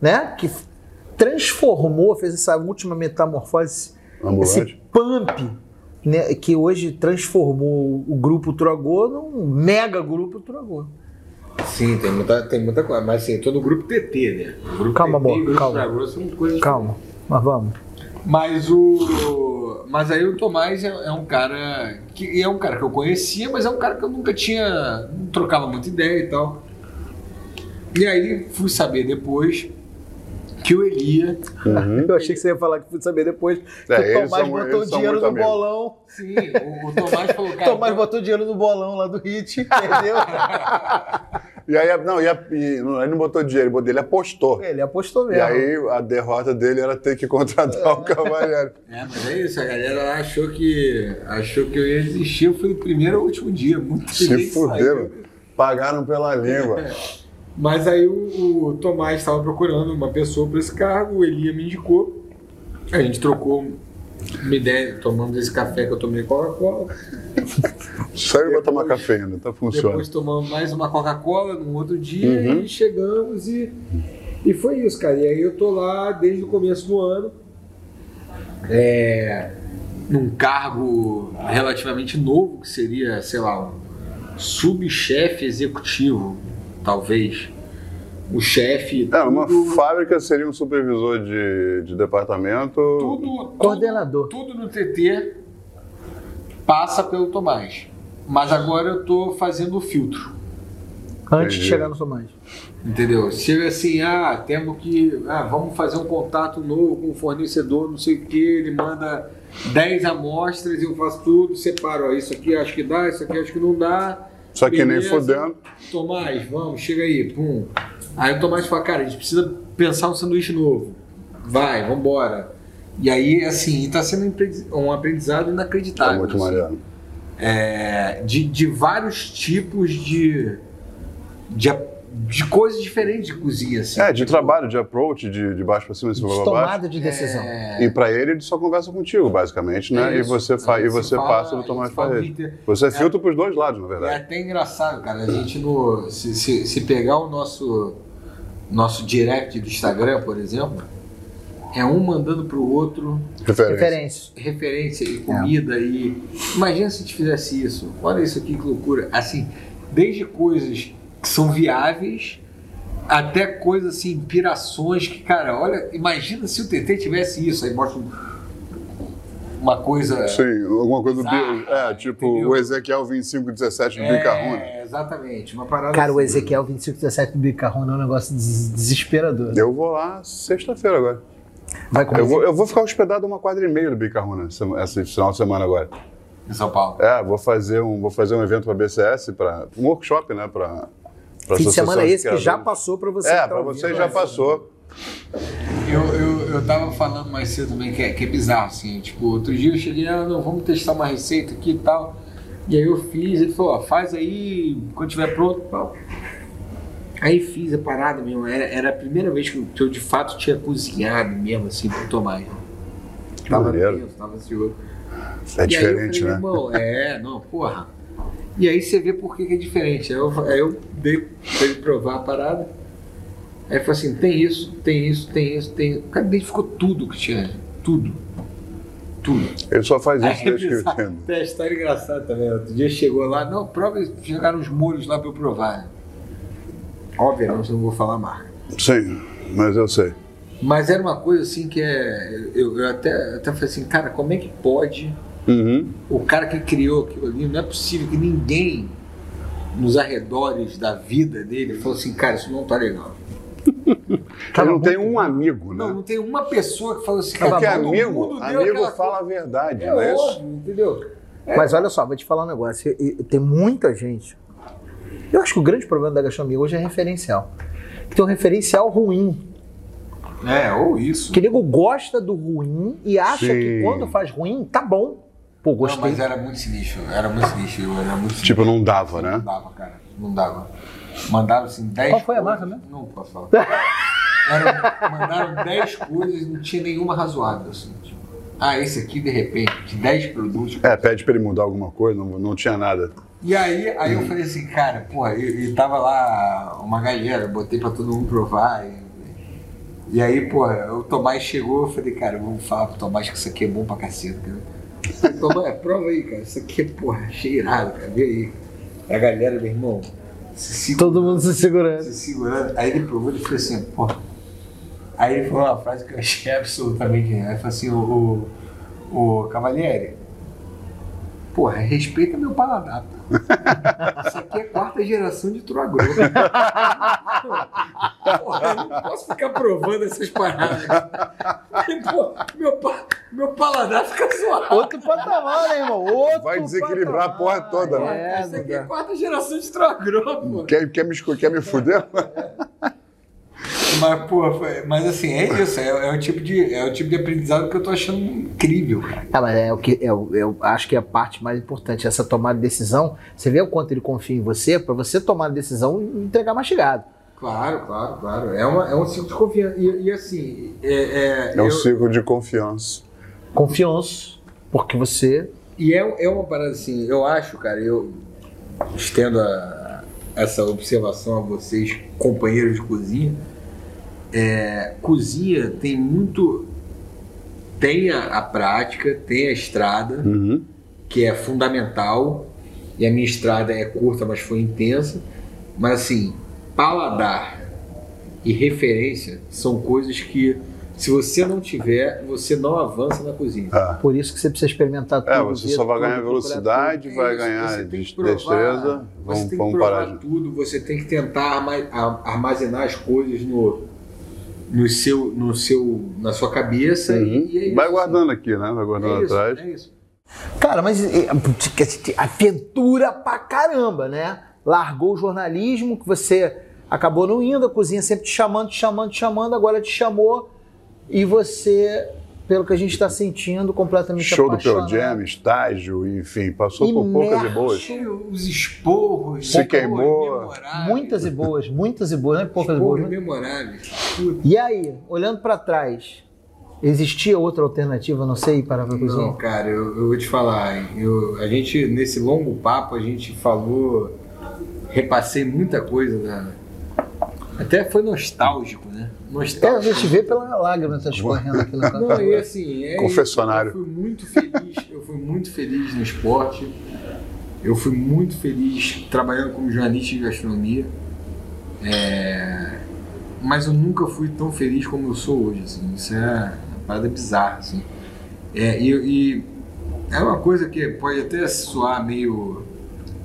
né? Que transformou, fez essa última metamorfose,
Ambulante.
esse pump, né, que hoje transformou o grupo Troago num mega grupo Troago.
Sim, tem muita, tem muita coisa. Mas assim, tô no grupo TT, né? O grupo
Calma, amor,
e o grupo
calma.
Dragão são coisas-
Calma, mas vamos.
Mas o. Mas aí o Tomás é, é um cara. que é um cara que eu conhecia, mas é um cara que eu nunca tinha. não trocava muita ideia e tal. E aí fui saber depois que o Elia.
Eu achei que você ia falar que fui saber depois que
Uhum. É,
o Tomás
eles são-
botou
eles são
dinheiro
muito
no
amigos.
bolão.
Sim, o, o Tomás falou, cara. tá- então
Tomás botou dinheiro no bolão lá do Hit, entendeu?
E aí, não, e a- e não, ele não botou dinheiro, ele botou- ele apostou.
É
Ele apostou
E
mesmo.
aí a derrota dele era ter que contratar o Cavaleiro.
É, mas é isso, a galera lá achou que. achou que eu ia desistir, foi o primeiro ou último dia. Muito
Se fuderam. Pagaram pela língua.
É. Mas aí o, o Tomás estava procurando uma pessoa para esse cargo, o Elia me indicou. A gente trocou uma ideia, tomamos esse café que eu tomei Coca-Cola.
Sério, vou tomar cafeína, tá funcionando.
Depois tomamos mais uma Coca-Cola num outro dia
Uhum.
e chegamos e, e foi isso, cara. E aí eu tô lá desde o começo do ano. É, num cargo relativamente novo, que seria, sei lá, um subchefe executivo, talvez. O chefe.
É, uma
tudo-
fábrica seria um supervisor de, de departamento.
tudo,
Coordenador.
Tudo, tudo no TT passa pelo Tomás. Mas agora eu tô fazendo o filtro.
Antes de
Entendi.
chegar no Tomás.
Entendeu? Chega assim, ah, temos que. Ah, vamos fazer um contato novo com o fornecedor, não sei o que, ele manda 10 amostras, eu faço tudo, separo, ó, isso aqui acho que dá, isso aqui acho que não dá.
Só Tá que nem
Beleza.
fudendo.
Tomás, vamos, chega aí, pum. Aí o Tomás fala, cara, a gente precisa pensar um sanduíche novo. Vai, vambora. E aí, assim, tá sendo um aprendiz- um aprendizado
Tá
inacreditável.
muito
assim.
maneiro.
é, de, de vários tipos de, de, de coisas diferentes de cozinha. Assim.
É, de
Tipo,
trabalho, de approach, de, de baixo pra cima, de cima
De
pra baixo.
tomada de decisão.
é,
E pra ele, ele só conversa contigo, basicamente, né?
é
e
isso.
você, fa
A
e
gente
você
se fala,
passa
a
do
gente
Tomás
fala
pra
o dia
ele.
inteiro.
Você filtra pros dois lados, na
É
verdade.
até engraçado, cara. A gente no. Se, se, se pegar o nosso, nosso direct do Instagram, por exemplo, é um mandando pro outro
Referência.
Referência.
referência e comida e. Imagina se a gente fizesse isso. Olha isso aqui que loucura. Assim, desde coisas que são viáveis até coisas assim, pirações que, cara, olha, imagina se o TT tivesse isso, aí mostra um- uma coisa.
Sim, alguma coisa do Deus.
Bizarra,
É, tipo
entendeu?
o Ezequiel 2517 do Bicarruna.
é, exatamente, uma parada
Cara, o
assim.
Ezequiel 2517 do Bicarrona é um negócio des- desesperador.
Eu vou lá sexta-feira agora.
Vai comer.
Eu vou, eu vou ficar hospedado uma quadra e meia do Bicarruna esse, esse final de semana agora.
Em São Paulo.
É, vou fazer um, vou fazer um evento para BCS, para um workshop, né? Para
Fim de semana é esse que já passou pra você. que
É,
tá
para
ouvindo,
você
né?
já passou.
Eu, eu, eu tava falando mais cedo também que é, que é bizarro, assim. Tipo, outro dia eu cheguei, ah, não, vamos testar uma receita aqui e tal. E aí eu fiz, ele falou, ó, faz aí, quando tiver pronto e tal. Aí fiz a parada mesmo, era, era a primeira vez que eu, que eu, de fato tinha cozinhado mesmo, assim, pro Tomás.
Que
Tava
maneiro.
tenso, tava ansioso.
É
E aí eu
diferente,
falei,
né?
Irmão, é, não, porra. E aí você vê por que, que é diferente. Aí eu, aí eu dei pra ele provar a parada. Aí falou assim, tem isso, tem isso, tem isso, tem isso. O cara identificou tudo que tinha. Tudo. Tudo.
Ele só faz
Aí
isso desde que eu
é bizarro.
entendo.
Tem a história engraçada também. Outro dia chegou lá, não, prova, chegaram uns molhos lá pra eu provar. Obviamente não vou falar a marca.
Sim, mas eu sei.
Mas era uma coisa assim que é. Eu, eu até, até falei assim, cara, como é que pode
Uhum.
o cara que criou aquilo ali, não é possível que ninguém nos arredores da vida
Uhum.
dele falou assim, cara, isso não tá legal.
Tá
Ele não tem um amigo,
Não,
né?
não tem uma pessoa que falou assim, cara,
Porque
todo
é amigo,
mundo deu
amigo
aquela
fala a verdade,
coisa.
não
É
é isso?
óbvio, entendeu?
Mas olha só, vou te falar um negócio. E- e- Tem muita gente. Eu acho que o grande problema da gastronomia hoje é referencial. Tem um referencial ruim.
É, ou isso.
Que nego gosta do ruim e acha que
Sim.
quando faz ruim, tá bom. Pô,
Não,
gostei.
mas era muito sinistro, era muito sinistro, era muito sinistro.
Tipo, não dava, né?
Não dava, cara, não dava. Mandaram assim 10
Qual foi a
coisas-
marca mesmo?
Não posso falar. Era- um, mandaram 10 coisas e não tinha nenhuma razoável. Assim, tipo, ah, esse aqui, de repente, de 10 produtos,
É, pede pra ele mudar alguma coisa, não, não tinha nada.
E aí, aí eu falei assim, cara, porra, e, e tava lá uma galera, eu botei pra todo mundo provar. E, e aí, porra, o Tomás chegou, eu falei, cara, vamos falar pro Tomás que isso aqui é bom pra caceta, cara. Eu falei, Tomás, prova aí, cara, isso aqui é, porra, achei irado, cara, vê aí. A galera, meu irmão, se, se-
Todo mundo se segurando.
se segurando. Aí ele provou, ele falou assim, porra. Aí ele falou uma frase que eu achei absolutamente. genial. Ele falou assim, o, o, o Cavalieri, porra, respeita meu paladar. pô. Isso aqui é quarta geração de Troagro. Porra, eu não posso ficar provando essas paradas. Pô, meu, pa- meu paladar fica zoado.
Outro patamar, né, irmão? Outro
Vai desequilibrar a porra
patamar.
toda,
É,
né?
Isso aqui é
não dá.
quarta geração de Troagro, pô.
Quer, quer, me, esco- quer me fuder?
Mas, pô, foi- mas assim, é isso. É, é o tipo de, é o tipo de aprendizado que eu tô achando incrível, cara.
Ah, mas é o que eu, eu acho que é a parte mais importante, essa tomada de decisão. Você vê o quanto ele confia em você pra você tomar a decisão e entregar mastigado.
Claro, claro, claro. É, uma, é um ciclo de confiança. E, e assim, é, é-
É um
eu-
ciclo de confiança.
Confiança, porque você
e é, é uma parada assim, eu acho, cara, eu estendo a- essa observação a vocês, companheiros de cozinha. É, cozinha tem muito. Tem a, a prática, tem a estrada.
Uhum.
que é fundamental. E a minha estrada é curta, mas foi intensa. Mas assim, paladar e referência são coisas que se você não tiver, você não avança na cozinha.
Ah.
Por isso que você precisa experimentar tudo.
É, você
ver
só vai
tudo,
ganhar
procurar
velocidade,
Tem
vai
isso,
ganhar
você tem que provar,
destreza.
Você
Vamos,
tem que
vamos
provar
parar. de-
tudo, você tem que tentar arma- a- armazenar as coisas no, no seu, no seu, na sua cabeça.
Uhum.
E, e é
Vai
isso.
guardando aqui, né? Vai
É
guardando
isso,
atrás.
é isso.
tudo. Cara, mas é, aventura pra caramba, né? Largou o jornalismo, que você acabou não indo, a cozinha sempre te chamando, te chamando, te chamando, agora te chamou e você pelo que a gente está sentindo, completamente
é
Show do Pearl
apaixonado.
Jam, estágio, enfim, passou por poucas e boas.
Os esporros.
Se
esporros
queimou.
memoráveis.
Muitas e boas, muitas e boas, não é poucas e boas.
Esporros
né?
memoráveis.
E aí, olhando para trás, existia outra alternativa, não sei, para a
Não,
conclusão?
cara, eu, eu vou te falar. hein? Eu, a gente, nesse longo papo, a gente falou. Repassei muita coisa. da- Até foi nostálgico, né?
É,
Nostálgico.
a gente vê pela lágrima que tá escorrendo aqui na
Não,
cantada.
e assim, é
Confessionário.
isso. Eu fui muito feliz, eu fui muito feliz no esporte. Eu fui muito feliz trabalhando como jornalista de gastronomia. É, Mas eu nunca fui tão feliz como eu sou hoje, assim. Isso é uma parada bizarra, assim. É, e, e é uma coisa que pode até soar meio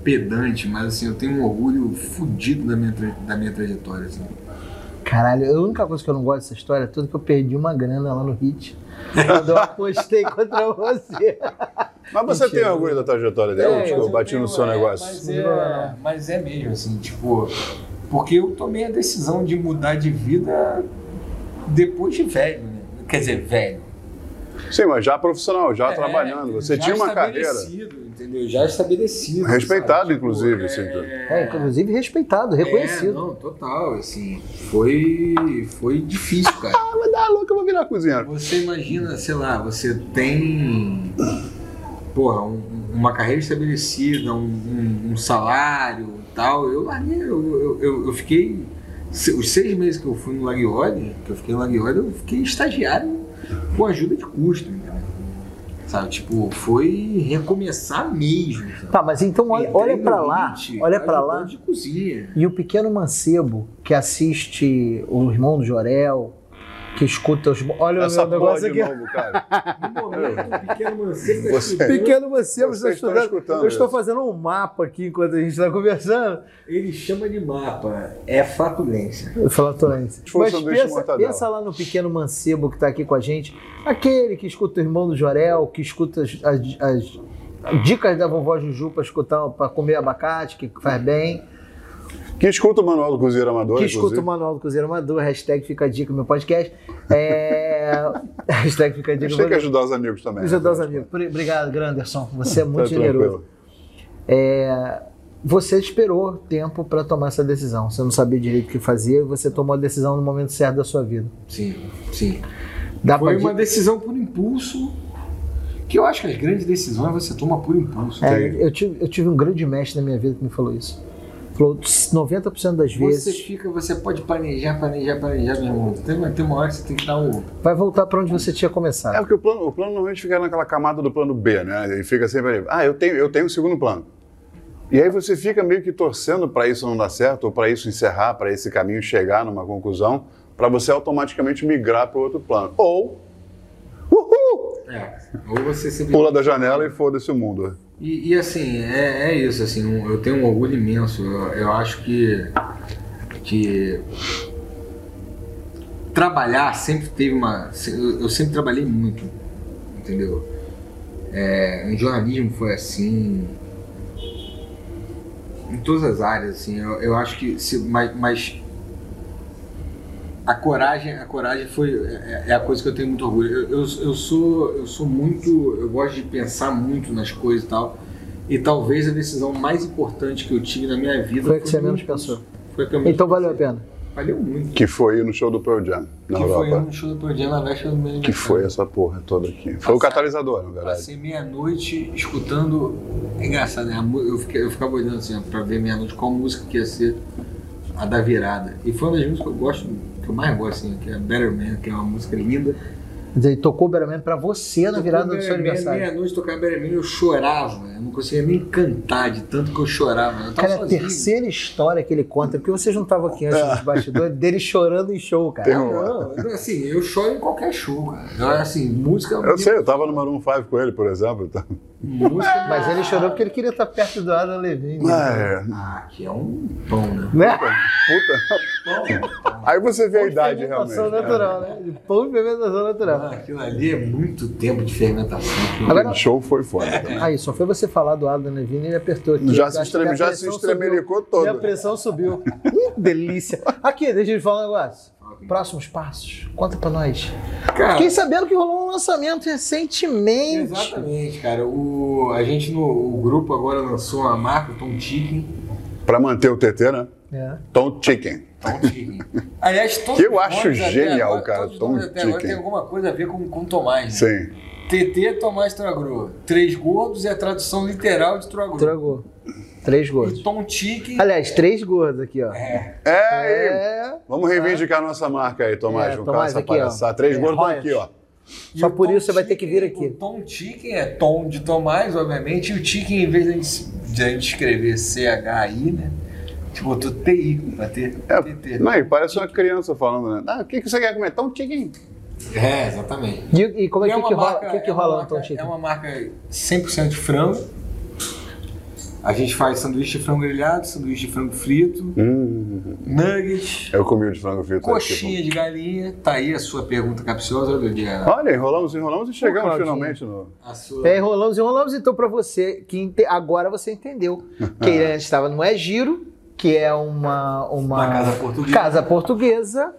pedante, mas assim, eu tenho um orgulho fudido da minha, tra- da minha trajetória, assim.
Caralho, a única coisa que eu não gosto dessa história é tudo que eu perdi uma grana lá no Hit. Quando eu apostei contra você.
Mas você
Mentira.
tem orgulho da trajetória dela?
É,
tipo,
mas
eu
eu
bati
tenho-
no seu
é,
negócio.
Mas é, mas é mesmo, assim, tipo, porque eu tomei a decisão de mudar de vida depois de velho, né? Quer dizer, velho.
Sim, mas já profissional, já
É,
Tá trabalhando. Você
já
tinha uma carreira.
estabelecido, Entendeu? Já estabelecido.
Respeitado,
sabe? Tipo,
inclusive,
é,
assim, tudo.
É, inclusive respeitado,
É,
reconhecido.
não, total, assim, foi, foi difícil, cara.
Ah, vai dar louca, eu vou virar cozinheiro.
Você imagina, sei lá, você tem porra, um- uma carreira estabelecida, um, um- um salário e tal. Eu larguei, eu, eu- eu- eu fiquei. se- Os seis meses que eu fui no Laguiole, que eu fiquei no Laguiole, eu fiquei estagiário com ajuda de custo, entendeu? Sabe, tipo, foi recomeçar mesmo. sabe?
Tá, mas então olha,
Entrei
olha
no
para lá,
hit,
olha para lá.
ajudante De cozinha.
E o pequeno mancebo que assiste o irmão do Jorel, que escuta os. Olha
Essa
o meu
porra
negócio
de
aqui.
novo, cara.
No momento, o pequeno Mancebo tá
Você-
estudando,
Pequeno mancebo,
Vocês
está
estão escutando
Eu estou
isso.
fazendo um mapa aqui enquanto a gente está conversando.
ele chama de mapa, é fatulência.
Eu falo Torrente.
Tipo um
Mas
sanduíche de
pensa,
mortadela.
pensa lá no pequeno mancebo que está aqui com a gente. Aquele que escuta o irmão do Jorel, que escuta as, as- as dicas da vovó Juju para escutar, para comer abacate, que faz bem.
Que escuta o manual do cozinheiro amador,
que escuta o
inclusive.
Manual do Cruzeiro Amador, hashtag fica a dica meu podcast. É... hashtag fica a
A
dica
gente tem que
meu
ajudar os amigos também. né?
ajudar os amigos. Pri- Obrigado, Granderson. Você é
Tá
muito generoso.
tranquilo.
Você esperou tempo para tomar essa decisão. Você não sabia direito o que fazer, você tomou a decisão no momento certo da sua vida.
Sim, sim.
Dá
Foi
pra
uma
di-
decisão por impulso. Que eu acho que as grandes decisões é você toma por impulso.
É,
Sim.
eu, tive, eu tive um grande mestre na minha vida que me falou isso. Falou 90% das
Você
vezes
fica, você pode planejar, planejar, planejar, meu irmão. Tem, uma- tem uma hora que você tem que dar um o.
vai voltar para onde você tinha
É
começado.
porque o plano, o plano normalmente fica naquela camada do plano B, né? E fica sempre ali. Ah, eu tenho, eu tenho o segundo plano. E aí você fica meio que torcendo para isso não dar certo, ou para isso encerrar, para esse caminho chegar numa conclusão, para você automaticamente migrar para o outro plano. Ou, uhul,
É. Ou você sempre.
pula da janela e foda-se o mundo.
E, e, assim, é, é isso, assim, um- eu tenho um orgulho imenso. Eu, eu acho que, que trabalhar sempre teve uma. se- Eu, eu sempre trabalhei muito, entendeu? É, em jornalismo foi assim. Em todas as áreas, assim, eu, eu acho que. Se, mas, mas a coragem, a coragem foi é, é a coisa que eu tenho muito orgulho. Eu, eu, eu sou eu sou muito, eu gosto de pensar muito nas coisas e tal. E talvez a decisão mais importante que eu tive na minha vida
Foi a que você menos
muito-
pensou.
Foi a que eu menos
Então valeu a
pensei.
pena.
Valeu muito.
Que foi ir no show do Pearl Jam, na
que foi
Europa.
um show do Pearl Jam na véspera do meu
Que foi
aniversário.
essa porra toda aqui.
Assim,
Foi o catalisador, na verdade.
Passei meia-noite escutando. É engraçado, né? A mu- Eu, fiquei- eu ficava olhando assim, ó, pra ver meia-noite qual música que ia ser a da virada. E foi uma das músicas que eu gosto, que eu mais gosto, assim, que é Better Man, que é uma música linda.
Quer dizer, tocou o Beramento para você na virada do seu
Better Man,
aniversário.
Meia-noite tocar Better Man, eu chorava. Eu não conseguia nem cantar de tanto que eu chorava. Eu tava
Cara, é a
Tá sozinho. Ah.
terceira história que ele conta, porque vocês não estavam aqui antes dos bastidores, dele chorando em show, cara.
Tem um-
Não, eu- assim, eu choro em qualquer show, cara. Eu, assim, música. é
Eu sei, eu tava no Maroon 5 com ele, por exemplo. então-
Música.
Mas ele chorou porque ele queria estar perto do Adam Levine.
Ah, é.
Ah, que é um pão, né?
Né?
Puta.
Pão.
Aí você vê a
Pão de
idade, realmente. É.
fermentação natural, né? De Pão de fermentação
Ah,
natural.
Aquilo ali é muito tempo de fermentação.
Agora-
O show foi foda. então.
Aí, só foi você falar do Adam Levine e ele apertou aqui.
Já se
Acho que a
estreme- já
pressão
se estremelicou
subiu.
todo.
E a pressão subiu. Ih, delícia. Aqui, deixa eu te falar um negócio. Próximos passos? Conta pra nós.
Cara,
Fiquei sabendo que rolou um lançamento recentemente.
Exatamente, cara. O, a gente no o grupo agora lançou uma marca, Tom Chicken.
Pra manter o TT, né?
É.
Tom Chicken.
Tom Chicken. Aliás, todos
Que eu
os
acho
nomes até
genial,
agora-
cara,
Todos os
Tom
nomes até agora
Chicken.
tem alguma coisa a ver com, com Tomás. né?
Sim.
TT Tomás Tragro. Três gordos é a tradução literal de Tragro.
Tragou. Três
E
gordos.
Tom Chicken.
Aliás, três gordos aqui, ó.
É, aí.
É.
Vamos reivindicar a nossa marca aí, Tomás.
É,
Vamos
Tomás,
Tomás, essa
aqui, ó.
palhaçada. Três
É,
gordos estão
royalties.
aqui, ó.
E
Só
o
por
Tom
isso você vai ter que vir
Chicken-
aqui.
O Tom Chicken é Tom de Tomás, obviamente, e o Chicken, em vez de a gente, de a gente escrever C-H-I, né? A gente botou TI pra ter TT.
É, não, e parece uma criança falando, né? Ah, o que, que você quer comer? Tom Chicken.
É, exatamente.
E, e como é,
E
que,
uma
que rola,
marca-
que que
é uma
rola no
marca-
Tom Chicken?
É uma marca 100% de frango. A gente faz sanduíche de frango grelhado, sanduíche de frango frito,
Hum,
nuggets,
eu comi o de frango frito. né?
coxinha de galinha. Tá aí a sua pergunta capciosa, Lili.
Tipo, olha, enrolamos, enrolamos e chegamos
Claudinho.
finalmente no...
A sua...
É, enrolamos, enrolamos. Então, para você, que ente- agora você entendeu que ele estava no É Giro, que é uma, uma,
Uma casa portuguesa.
casa portuguesa,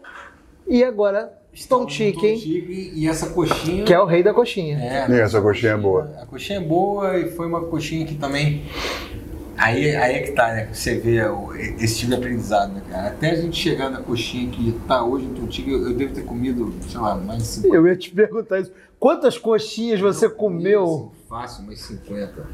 e agora Tom
Tom
Chicken,
Chicken e essa coxinha...
que é o rei da coxinha.
É,
E essa coxinha é boa.
A coxinha é boa e foi uma coxinha que também. Aí, aí é que tá, né? que Você vê o- esse tipo de aprendizado, né, cara? Até a gente chegar na coxinha que tá hoje no Tontiga, eu, eu devo ter comido, sei lá, mais de 50.
Eu ia te perguntar isso. Quantas coxinhas você comeu?
Assim, fácil, mais 50.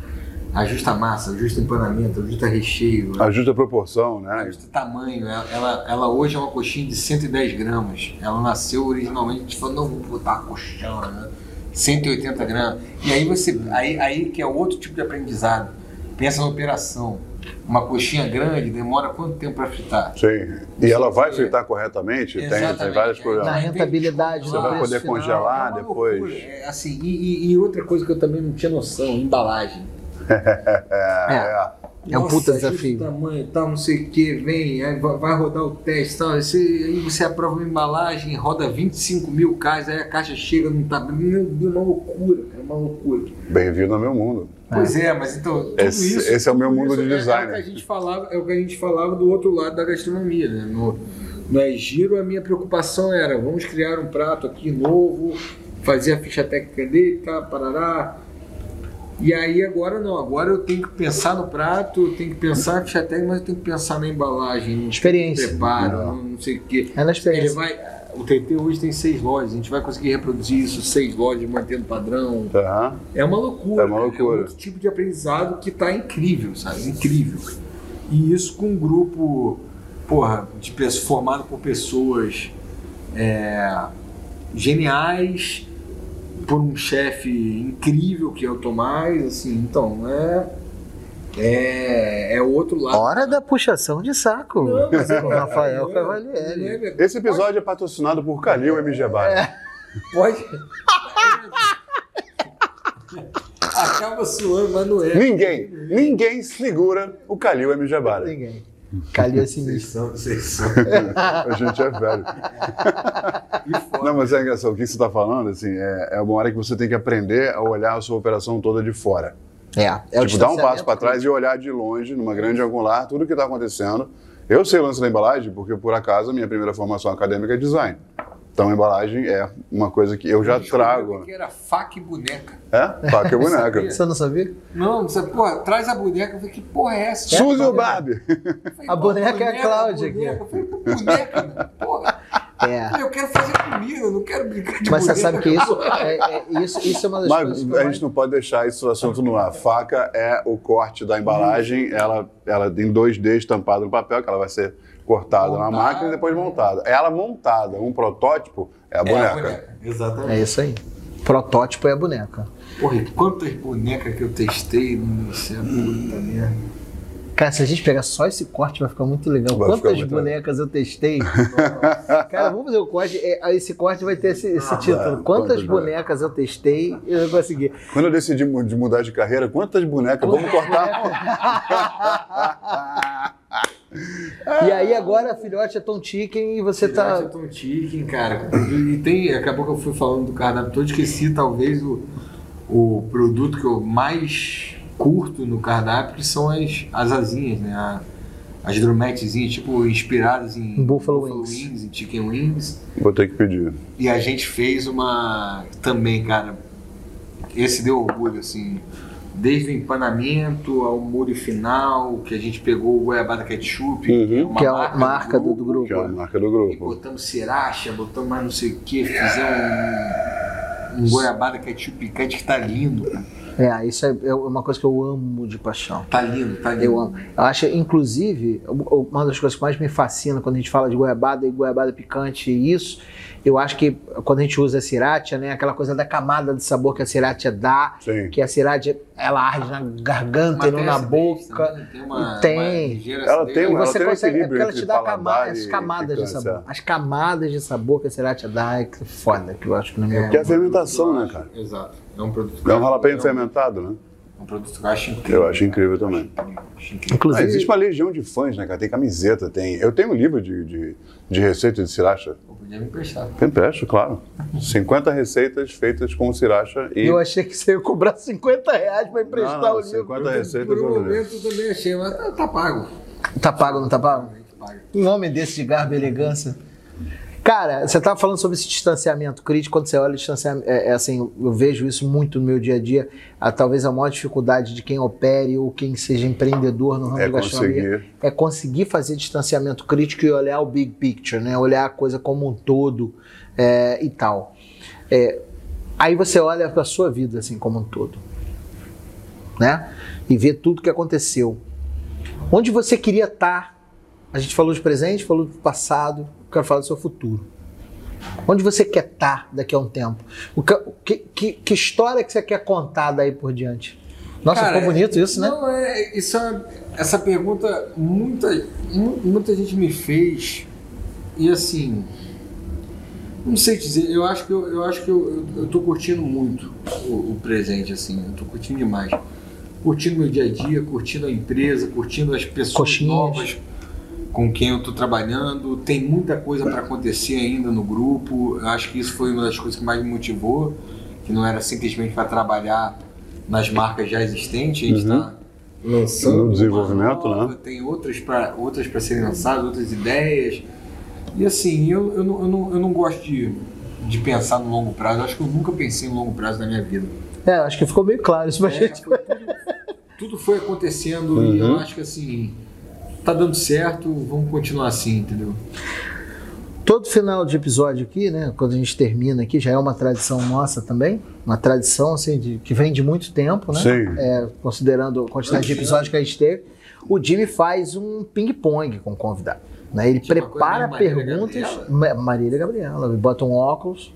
Ajusta a massa, ajusta o empanamento, ajusta recheio,
Né? Ajuda a proporção, né?
ajusta o tamanho. Ela, ela, ela hoje é uma coxinha de 110 gramas. Ela nasceu originalmente, a gente falou, não, vou botar uma coxão, né? 180 gramas. E aí você. Aí, aí que é outro tipo de aprendizado. Pensa na operação. Uma coxinha grande demora quanto tempo para fritar?
Sim. E ela vai
Sim.
fritar corretamente? Tem, tem
Exatamente.
vários
Na
problemas.
Não,
rentabilidade
tem-
do
Você vai
preço
poder
final.
congelar. Ah,
É uma
depois.
loucura. É, assim, e, e- e outra coisa que eu também não tinha noção, embalagem.
É, é.
É um
Nossa,
puta
ajusta
desafio.
o tamanho, tal, não sei o que, vem, aí va- vai rodar o teste, tal. Aí você, aí você aprova uma embalagem, roda 25 mil caixas, aí a caixa chega, não tá. Meu Deus, uma loucura, cara, uma loucura.
Bem-vindo ao meu mundo.
Pois é, mas então. Tudo
Esse-
isso,
esse é o meu
tudo
mundo
isso
de
é-
design.
É o, que a gente falava, é o que a gente falava do outro lado da gastronomia, né? No, no É Giro, a minha preocupação era: vamos criar um prato aqui novo, fazer a ficha técnica dele, tá, parará. E aí agora não, agora eu tenho que pensar no prato, eu tenho que pensar na ficha técnica, mas eu tenho que pensar na embalagem, no
Experiência.
preparo, no não sei o quê.
É na
Ele
experiência.
vai, o TT hoje tem seis lojas, a gente vai conseguir reproduzir isso, seis lojas, mantendo padrão.
Tá.
É uma loucura.
É uma
cara.
loucura.
É outro tipo de aprendizado que tá incrível, sabe? Incrível. E isso com um grupo, porra, de pessoas, formado por pessoas é, geniais, por um chefe incrível que é o Tomás, assim, então é. É, é o outro lado.
Hora da puxação de saco.
Não, mas é-
com Rafael
é,
Cavalieri.
é, é,
Esse episódio é patrocinado por Calil MG Bar.
Pode. Acaba suando, mas não é.
Ninguém, ninguém segura o Calil MG Bar.
Ninguém. Calil é
Vocês
sinistro.
são, vocês são.
A gente é velho.
E fora.
Não, mas é engraçado. O que você está falando, assim, é, é uma hora que você tem que aprender a olhar a sua operação toda de fora.
É, é o
tipo, dar um passo
distanciamento
para trás e olhar de longe, numa grande angular, tudo que está acontecendo. Eu sei o lance da embalagem porque, por acaso, a minha primeira formação acadêmica é design. Então, a embalagem é uma coisa que eu já
Descobriu
trago. né?
Que era faca e boneca.
É? Faca e boneca.
Você não sabia?
Não, você, pô, traz a boneca. Eu falei, que porra é essa?
Suzy ou Barbie?
Eu falei,
A
pô,
boneca é a Cláudia aqui.
boneca. Eu falei, pô, boneca, mano, porra.
É.
Eu quero fazer comida, eu não quero brincar de
Mas
boneca.
você sabe que isso é, é- isso, isso é uma das
Mas
coisas que eu
a
mais-
gente não pode deixar esse assunto no ar. Faca é o corte da embalagem, ela, ela tem 2D estampado no papel, que ela vai ser cortada na
Montada.
máquina e depois montada. É Ela montada, um protótipo, é a
É a
boneca.
boneca. Exatamente.
É isso aí. Protótipo é a boneca.
Porra, e quantas bonecas que eu testei no meu céu,
Hum.
puta merda.
Cara, se a gente pegar só esse corte, vai ficar muito legal.
Vai ficar
Quantas
muito
bonecas eu testei? Cara, vamos fazer o corte. É, esse corte vai ter esse, esse título.
Ah, vai.
Quantas
Quantas
bonecas eu testei e eu consegui.
Quando eu decidi mu- de mudar de carreira, quantas bonecas? Vamos cortar.
E aí agora, filhote é Tom Chicken e você
Tá...
é
tá...
Tom Chicken, cara. E tem, acabou que eu fui falando do cardápio todo, esqueci talvez o, o produto que eu mais curto no cardápio, que são as, as asinhas, né? A- as drumetezinhas, tipo, inspiradas em
Buffalo Wings.
Wings, em Chicken Wings.
Vou ter que pedir.
E a gente fez uma também, cara. Esse deu orgulho, assim. Desde o empanamento ao molho final, que a gente pegou o goiabada ketchup,
Uhum.
que é a marca do, do
Que é a
grupo.
marca do
E
grupo.
botamos sriracha, botamos mais não sei o que, fizemos um, um goiabada ketchup picante que tá lindo, cara.
É, isso é, é uma coisa que eu amo de paixão.
Tá lindo, tá lindo.
Eu amo. Eu acho, inclusive, uma das coisas que mais me fascina quando a gente fala de goiabada e goiabada picante e isso, eu acho que quando a gente usa a sriracha, né, aquela coisa da camada de sabor que a sriracha dá,
Sim.
que a sriracha, ela arde na garganta e não
tem
na
acidez
boca.
também, Tem uma,
Tem.
uma ligeira
Ela
acidez.
tem
E
uma-
você
tem um
consegue, é
equilíbrio
porque ela te
entre
dá
paladar
cama- as
e
camadas de
picância.
sabor. As camadas de sabor que a sriracha dá é que foda, que eu acho que não
um
é.
Que é a
produto
fermentação,
que eu
né,
acho-
cara?
Exato. É um produto que
É
eu
um
acho-
ralapenho
um-
fermentado, né?
Um produto que eu acho incrível.
Eu acho incrível também.
Acho incrível.
Ah,
Inclusive,
existe uma legião de fãs, né, cara? Tem camiseta, tem. Eu tenho um livro de, de, de receita de sriracha.
Eu podia me emprestar.
Tem preço, claro. 50 receitas feitas com sriracha e.
eu achei que você ia cobrar 50 reais pra emprestar
Não,
o livro.
50 receitas
Por um
eu
momento eu também achei, mas tá, tá pago.
Tá pago, não tá pago?
Pago.
Um homem desse de garbo e elegância. Cara, você estava falando sobre esse distanciamento crítico. Quando você olha o distanciamento, é, é assim, eu vejo isso muito no meu dia a dia. A, talvez a maior dificuldade de quem opere ou quem seja empreendedor no ramo
É
da gastronomia
conseguir.
é conseguir fazer distanciamento crítico e olhar o big picture, né? Olhar a coisa como um todo é, e tal. É, aí você olha para a sua vida assim como um todo, né? E vê tudo que aconteceu. Onde você queria estar? A gente falou de presente, falou do passado, eu quero falar do seu futuro. Onde você quer estar daqui a um tempo? O que, o que- que- que história que você quer contar daí por diante? Nossa,
Cara,
ficou bonito isso, né?
Não, é, isso é uma- essa pergunta muita, mu- muita gente me fez e assim, não sei dizer, eu acho que eu, eu acho que eu, eu, eu tô curtindo muito o, o presente assim, eu tô curtindo demais. Curtindo meu dia a dia, curtindo a empresa, curtindo as pessoas
Coxinhas.
novas com quem eu tô trabalhando, tem muita coisa para acontecer ainda no grupo. Eu acho que isso foi uma das coisas que mais me motivou, que não era simplesmente para trabalhar nas marcas já existentes, a gente
Uhum.
está lançando
No desenvolvimento,
uma
né?
Tem outras para outras pra serem lançadas, outras ideias. E assim, eu, eu, não, eu, não, eu não gosto de, de pensar no longo prazo. Eu acho que eu nunca pensei no longo prazo na minha vida.
É, acho que ficou meio claro isso pra
É,
gente.
foi tudo, tudo foi acontecendo e eu
Uhum.
acho que assim, tá dando certo, vamos continuar assim, entendeu?
Todo final de episódio aqui, né? Quando a gente termina aqui, já é uma tradição nossa também. Uma tradição, assim, de- que vem de muito tempo, né?
Sim.
É, considerando a quantidade de episódios que a gente teve. O Jimmy faz um ping-pong com o convidado. Né? Ele
Que é uma
prepara
coisa meio Marília
perguntas. Ma-
Gabriela.
Marília Gabriela, ele bota um óculos.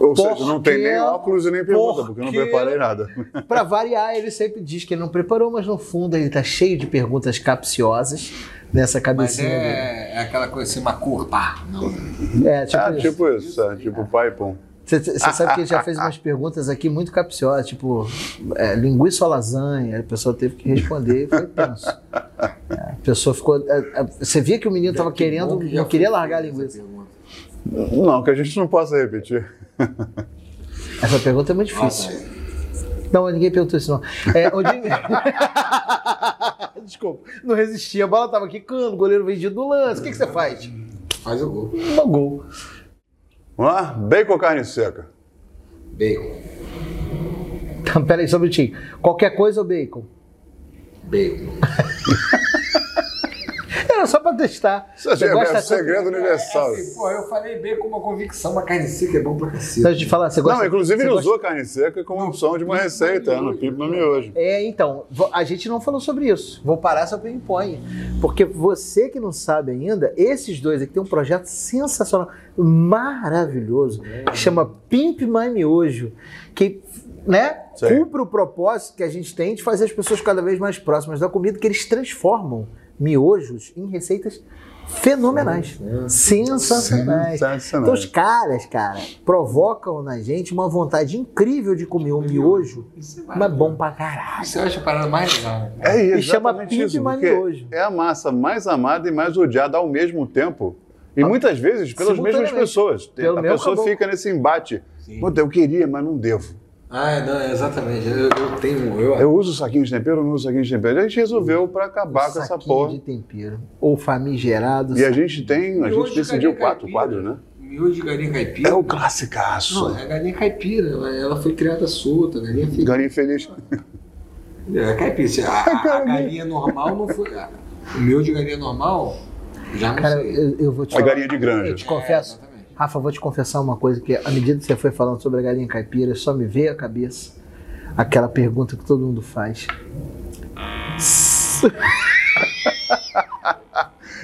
Ou
Por
seja, não tem
quê?
nem óculos e nem pergunta, porque eu não
quê? Tipo
preparei nada.
Pra variar, ele sempre diz que ele não preparou, mas no fundo ele tá cheio de perguntas capciosas nessa
Mas
cabecinha
é, é aquela coisa assim, uma curva. Não,
dele. É, tipo,
ah,
isso.
tipo isso, é, tipo pai, pum.
Você sabe que ele já fez umas perguntas aqui muito capciosas, tipo, é, linguiça ou lasanha? A pessoa teve que responder e foi tenso. É, a pessoa ficou. é, é, você via que o menino estava
Que bom
querendo,
que já
não queria
foi
largar a
feita essa
linguiça.
pergunta.
Não, que a gente não possa repetir.
Essa pergunta é muito
Nossa,
difícil. Não, ninguém perguntou isso, não. É, o Jimmy- Desculpa, não resisti. A bola estava quicando, o goleiro vendido no lance. O que, que você faz?
faz o gol.
Um gol.
Vamos lá? Bacon ou carne seca?
Bacon.
Então, peraí, só um minutinho. Qualquer coisa ou bacon?
Bacon.
Era só pra testar.
Isso é,
Você gosta
é o
tanto-
segredo universal.
É,
Assim, pô, eu falei bem com uma convicção, uma carne seca é bom pra
Antes
cacete.
de falar, você gosta
Não, inclusive
você
ele
gosta-
usou carne seca como opção de uma receita, é, no Pipo no Miojo.
É, então, vo- a gente não falou sobre isso. Vou parar só para impõe. Porque você que não sabe ainda, esses dois aqui têm um projeto sensacional, maravilhoso, que chama Pimp My Miojo, que né,
Sim.
cumpre o propósito que a gente tem de fazer as pessoas cada vez mais próximas da comida, que eles transformam miojos em receitas fenomenais,
é um
sensacionais. Então
Sensacional.
os caras, cara, provocam na gente uma vontade incrível de comer um miojo
Isso é
mas
maravilhoso.
bom pra caralho.
Isso eu acho a parada mais legal. né?
É
E chama
exatamente
Pimp
isso,
My
porque
Miojo.
É a massa mais amada e mais odiada ao mesmo tempo. E muitas vezes pelas mesmas
Ah, Simultaneamente.
pessoas.
Pelo
a
meu
pessoa
caboclo.
fica nesse embate.
É. Sim.
Puta, eu queria, mas não devo.
Ah, não, exatamente. Eu, eu tenho. Eu,
Eu uso saquinho de tempero, não uso saquinho de tempero. A gente resolveu pra acabar com essa
Saquinho
porra.
de tempero. Ou famigerado.
E a gente tem, a
Miojo
gente
de
decidiu
é
galinha
quatro
caipira.
quadros, né?
Miojo de galinha caipira.
É o classicaço.
Não, é a galinha caipira. Ela, ela foi criada solta, a galinha fica.
Galinha feliz.
É, caipira. A, a galinha normal não foi. a- O meu de galinha normal já não
Cara,
sei.
eu, eu vou te
A
falar.
galinha de granja.
Eu te confesso.
É, exatamente.
Rafa, eu vou te confessar uma coisa que à medida que você foi falando sobre a galinha caipira, só me veio à cabeça aquela pergunta que todo mundo faz.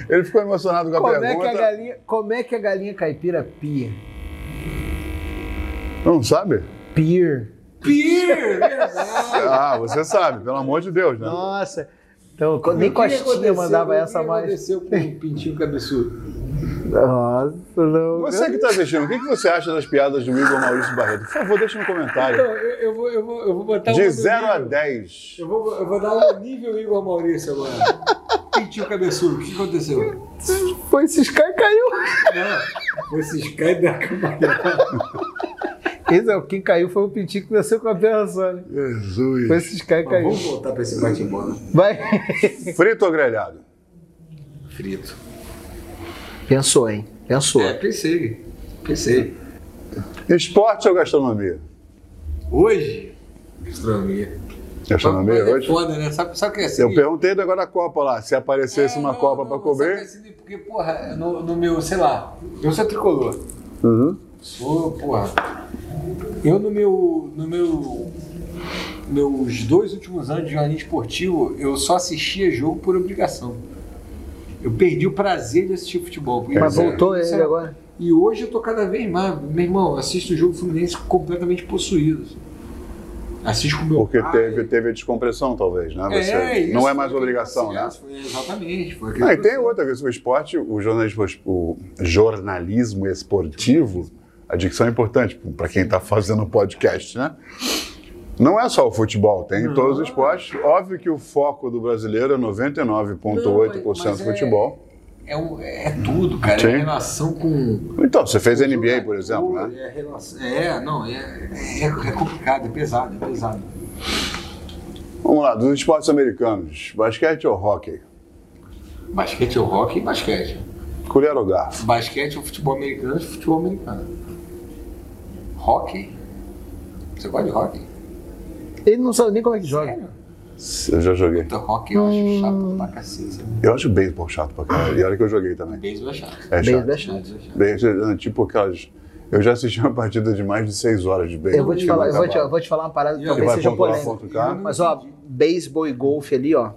Ele ficou emocionado com a
Como é, que
pergunta.
a galinha, como é que a galinha caipira pia?
Não sabe?
Pier.
Pir! é verdade.
Ah, você sabe, pelo amor de Deus, né?
Nossa. Então, nem Costinha mandava essa mais.
aconteceu com o pintinho cabeçudo?
Nossa, não.
Você que tá assistindo, o que que você acha das piadas do Igor Maurício Barreto? Por favor, deixa no
Então,
comentário.
eu, eu vou, eu, vou, eu vou botar um
De
no
0 a
nível.
10.
Eu vou, eu vou dar um nível Igor Maurício agora. Pintinho cabeçudo, o que aconteceu?
Foi se Sky caiu.
Não, esses caem da camarada.
Esse é o quem caiu foi o Pintinho que nasceu com a perna só, né?
Jesus.
Foi se Sky
Mas
caiu.
Vamos voltar pra esse bate-bola.
Vai.
Frito ou grelhado?
Frito.
Pensou, hein? Pensou.
É, pensei. Pensei.
Esporte ou gastronomia?
Hoje, gastronomia.
Gastronomia
Mas é
hoje?
foda, né? Sabe, sabe o que é assim?
Eu perguntei do agora da Copa lá, se aparecesse
É,
uma
não,
Copa
não,
pra
sabe
comer.
assim, Porque, porra, no, no meu, sei lá, eu sou tricolor.
Uhum.
Sou, porra. Eu no meu. No meu. Meus dois últimos anos de jornalismo esportivo, eu só assistia jogo por obrigação. Eu perdi o prazer de assistir futebol. E,
Mas
Pois é.
voltou
Isso
ele
é-
agora.
E hoje eu tô cada vez mais. Meu irmão, assisto o jogo do Fluminense completamente possuído. assim. Assisto com meu
Porque
pai.
teve, teve a descompressão, talvez, né? Você-
isso,
não é mais
foi
obrigação, né?
aquele processo, foi- Exatamente. Foi aquele
Não, e tem
processo.
outra coisa, o esporte, o jornalismo, o jornalismo esportivo, a dicção é importante para quem está fazendo um podcast, né? Não é só o futebol, tem todos os esportes. Óbvio que o foco do brasileiro é 99,8%
Não, mas é-
futebol.
É, um- é tudo, cara.
Sim.
É relação com.
Então, você fez
com
NBA,
jogador,
por exemplo, né?
É, relação- é, não, é, é, é complicado, é pesado, é pesado.
Vamos lá, dos esportes americanos, basquete ou hockey?
Basquete é o rock e basquete.
Colher ou garfo?
Basquete é o futebol americano e futebol americano. Hockey? Você gosta de hockey?
Ele não sabe nem como é que joga.
Sério?
Eu já joguei.
Puta, hockey Então, eu
Hum.
acho chato pra cacete.
Eu acho beisebol chato pra caralho. E olha que eu joguei também.
Beisebol é chato.
É
Beisebol
chato.
é chato.
Beisebol é chato.
Bem, tipo aquelas. Eu já assisti uma partida de mais de seis horas de beisebol.
Eu vou te
que
falar,
não
eu vou te, eu
acabava.
vou te falar uma parada que
E
talvez
vai
seja
pontuar
polêmica.
ponto cá?
Mas ó, beisebol e golfe ali, ó.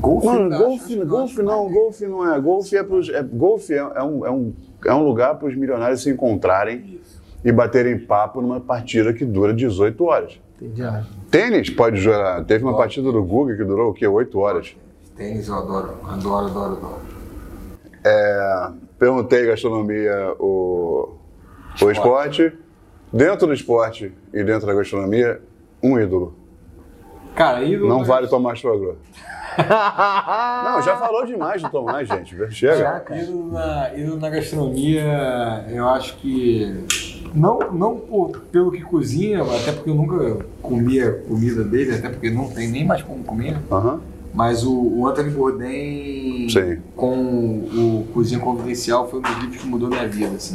Golfe,
Mano,
eu acho- acho
golfe, né?
que eu
golfe
acho
não, golfe não é. Golfe é pros. É, golfe é, é um, é, um, é um lugar para os milionários se encontrarem e baterem papo numa partida que dura 18 horas.
Entendi. né?
Tênis pode jogar. Teve uma partida do Guga que durou o quê? 8 horas.
Tênis eu adoro, adoro, adoro, adoro.
É, Perguntei gastronomia o, o esporte. Dentro do esporte e dentro da gastronomia, um ídolo.
Cara, ídolo.
Não vale tomar chorogrô. Ah. Não, já falou demais de tomar, gente. Chega.
Já, cara.
Indo na, indo na gastronomia, eu acho que. Não, não por- pelo que cozinha, até porque eu nunca comia comida dele, até porque não tem nem mais como comer.
Aham.
Mas o, o Anthony Bourdain
Sim.
com o Cozinha Confidencial foi um dos livros que mudou minha vida, assim.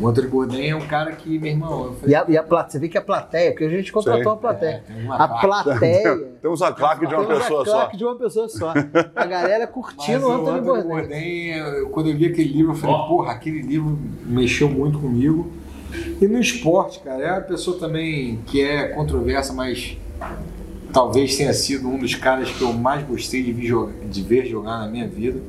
O Anthony Bourdain é um cara que, meu irmão, eu
E
falei,
a, e a plateia, você vê que a plateia, porque a gente contratou
Sim.
uma plateia.
É, tem uma
a
claque.
plateia.
Temos a claque de uma
Temos a
pessoa só.
claque de uma pessoa só. A galera
mas
curtindo
o
o Anthony
Anthony
Bourdain.
Bourdain, eu- quando eu li aquele livro, eu falei, porra, aquele livro mexeu muito comigo. E no esporte, cara, é uma pessoa também que é controversa, mas talvez tenha sido um dos caras que eu mais gostei de, vi jogar- de ver jogar na minha vida,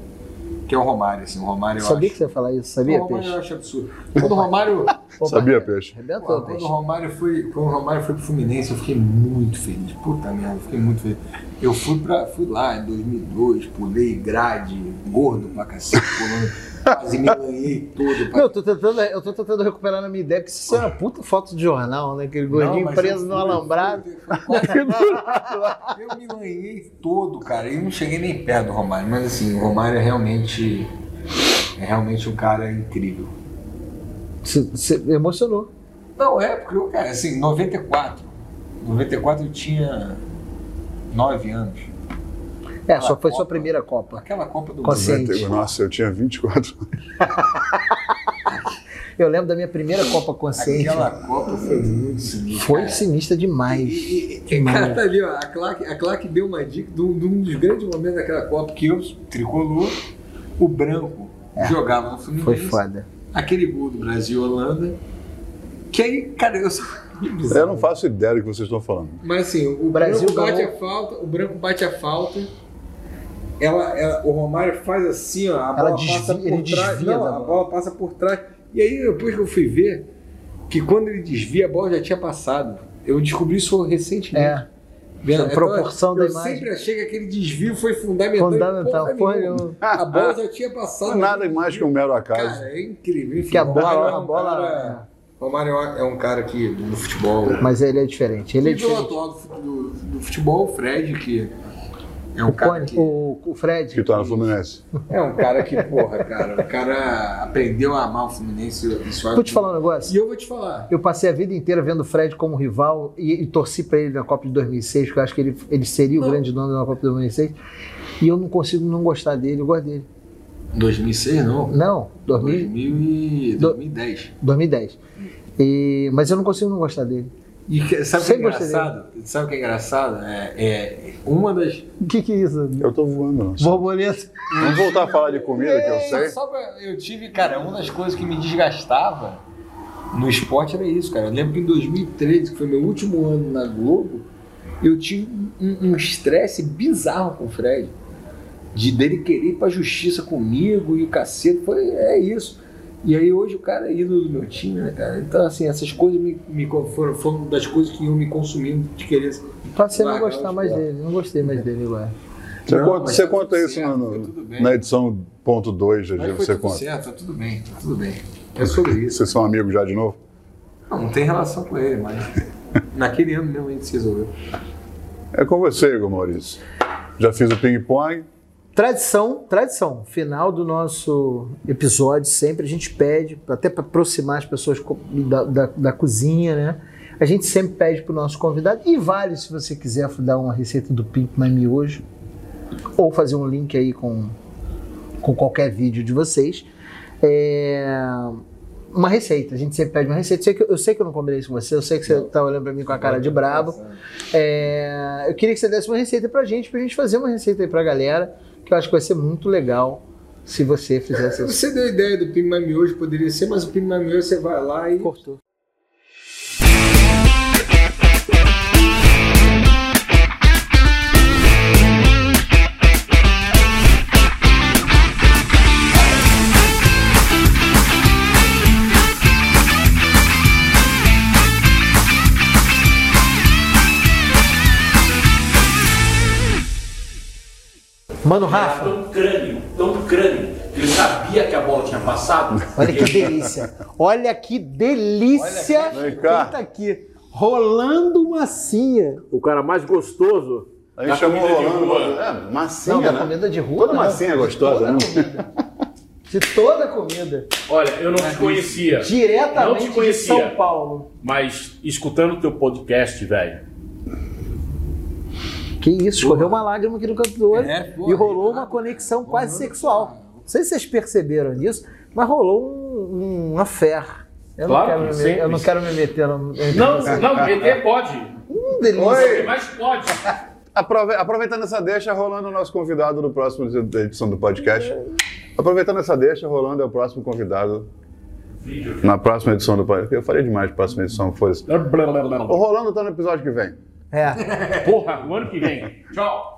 que é o Romário, assim, o Romário eu
Sabia que
acho.
você ia falar isso? Sabia,
o Romário
Peixe?
eu acho absurdo. Quando o Romário,
Opa,
Sabia, Peixe?
Arrebentou,
Pô, quando, o
Peixe.
Romário foi, quando o Romário foi pro Fluminense, eu fiquei muito feliz. Puta merda, eu fiquei muito feliz. Eu fui, pra, fui lá em 2002, pulei grade, gordo pra cacete, pulando, quase me ganhei todo. Pra...
Não, eu tô, tentando, eu tô tentando recuperar na minha ideia, porque isso é uma puta foto de jornal, né? Aquele gordinho
Não, mas
preso
eu
no
fui,
alambrado.
fui, fui quase- Eu me ganhei todo, cara. Eu não cheguei nem perto do Romário, mas assim, o Romário é realmente, é realmente um cara incrível.
Você você emocionou.
Não, é, porque eu, cara, assim, 94. 94 eu tinha 9 anos.
É, só foi sua
Copa.
primeira Copa.
Aquela Copa do
Consci-
Mundo.
Gente.
Nossa, eu tinha 24 anos.
Eu lembro da minha primeira Copa consciente.
Aquela Copa foi muito sinistra.
Foi
cara.
sinistra demais.
E, e, e, cara, tá ali, ó, a Clark, a Clark deu uma dica de um, de um dos grandes momentos daquela Copa que eu, tricolor, o branco, jogava no Fluminense.
É. Foi foda.
Aquele gol do Brasil e Holanda. Que aí, cara, eu só.
Eu não faço ideia do que vocês estão falando.
Mas assim, o,
Brasil
branco bate
ganhou.
a falta, o branco bate a falta. Ela, ela- o Romário faz assim, ó, a bola passa
desvia-
por
ele
trás.
desvia
não,
da
a
bola.
bola passa por trás. E aí depois que eu fui ver que quando ele desvia a bola já tinha passado. Eu descobri isso recentemente. Então,
É. A proporção da
eu
imagem.
sempre achei que aquele desvio foi fundamental.
Fundamental, um-
em porra
porra
nenhuma.
nenhuma.
A bola já tinha passado.
Não é nada mais que um mero acaso.
Cara, é incrível. Enfim,
Que a
o Romário
bola-
é um
a bola-
cara- o Romário é um cara que no futebol
Mas ele é diferente. Ele é
e pelo
diferente.
atual do, fu- do- do futebol, o Fred, que é um
O,
cara
Cone-
que.
o- o Fred.
Que tá no Fluminense.
É um cara que, porra, cara, o cara aprendeu a amar o Fluminense. Isso é-
Vou te falar um negócio.
E eu vou te falar.
Eu passei a vida inteira vendo o Fred como rival e, e torci pra ele na Copa de 2006, que eu acho que ele, ele seria o grande nome da Copa de 2006. E eu não consigo não gostar dele, eu gosto dele.
2006 não.
Não, 2000,
2000 e- 2010.
2010. E- mas eu não consigo não gostar dele.
E que- sabe o que é
Sempre gostei
engraçado? Sabe o que é engraçado? É, é uma das.
O que, que é isso?
Eu tô voando, não.
Borboleta.
Vamos voltar a falar de comida, que eu sei.
É, então, Só pra- eu tive, cara, uma das coisas que me desgastava no esporte era isso, cara. Eu lembro que em 2013, que foi meu último ano na Globo, eu tive um um estresse bizarro com o Fred. De dele querer ir pra justiça comigo e o cacete. Foi, é isso. E aí hoje o cara é ídolo do meu time, né, cara? Então, assim, essas coisas me, me con- foram, foram uma das coisas que iam me consumindo de querer.
Pode ser não
Largar
gostar
o
mais
futebol.
dele, não gostei mais dele é. agora.
Você
Não,
conta,
mas
você
tá
conta
tudo
isso
certo,
no-
tá tudo bem.
na edição ponto 2, Gigi,
Mas foi
você
tudo
conta.
certo, tá tudo bem, tá tudo bem. É sobre isso.
Vocês são amigos já de novo?
Não, não tem relação com ele, mas naquele ano mesmo a gente se resolveu.
É com você, Igor Maurício. Já fiz o ping-pong.
Tradição, tradição. Final do nosso episódio, sempre a gente pede, até para aproximar as pessoas co- da, da- da cozinha, né? A gente sempre pede para o nosso convidado, e vale se você quiser dar uma receita do Pink My Miojo, ou fazer um link aí com, com qualquer vídeo de vocês. É, Uma receita, a gente sempre pede uma receita. Eu sei que eu, eu sei que eu não combinei isso com você, eu sei que você tá olhando para mim com a cara de brabo. É, eu queria que você desse uma receita pra gente, pra gente fazer uma receita aí pra galera, que eu acho que vai ser muito legal se você fizesse isso.
Você deu a ideia do Pimba Miojo, poderia ser, mas o Pimba Miojo você vai lá e.
Cortou. Mano, Rafa,
Tão crânio, tão crânio. Ele sabia que a bola tinha passado.
olha que delícia. Olha que delícia
Olha que-
quem tá aqui. Rolando massinha.
O cara mais gostoso.
A
da
gente chamou o
comida de rua.
Rolando. É,
Não,
massinha,
da
né?
comida de rua.
Toda
não.
massinha é gostosa, né?
De toda comida.
Olha, eu não te conhecia,
Diretamente
Não te conhecia.
de São Paulo.
mas escutando teu podcast, velho,
Que isso, escorreu uma lágrima aqui no canto do olho
É,
e
porra,
rolou
é,
uma
claro.
conexão quase
Rolando,
sexual. Não sei se vocês perceberam nisso, mas rolou um, um affair. Eu,
Claro,
não quero me,
sempre.
eu não quero me meter no.
Não, não, meter pode.
Hum, delícia.
Oi.
Mas pode.
Aprove- Aproveitando essa deixa, Rolando é o nosso convidado do próximo da edição do podcast. Aproveitando essa deixa, Rolando é o próximo convidado na próxima edição do podcast. Eu falei demais, próxima edição, foda-se. O Rolando tá no episódio que vem.
É.
Porra, o ano que vem. Tchau.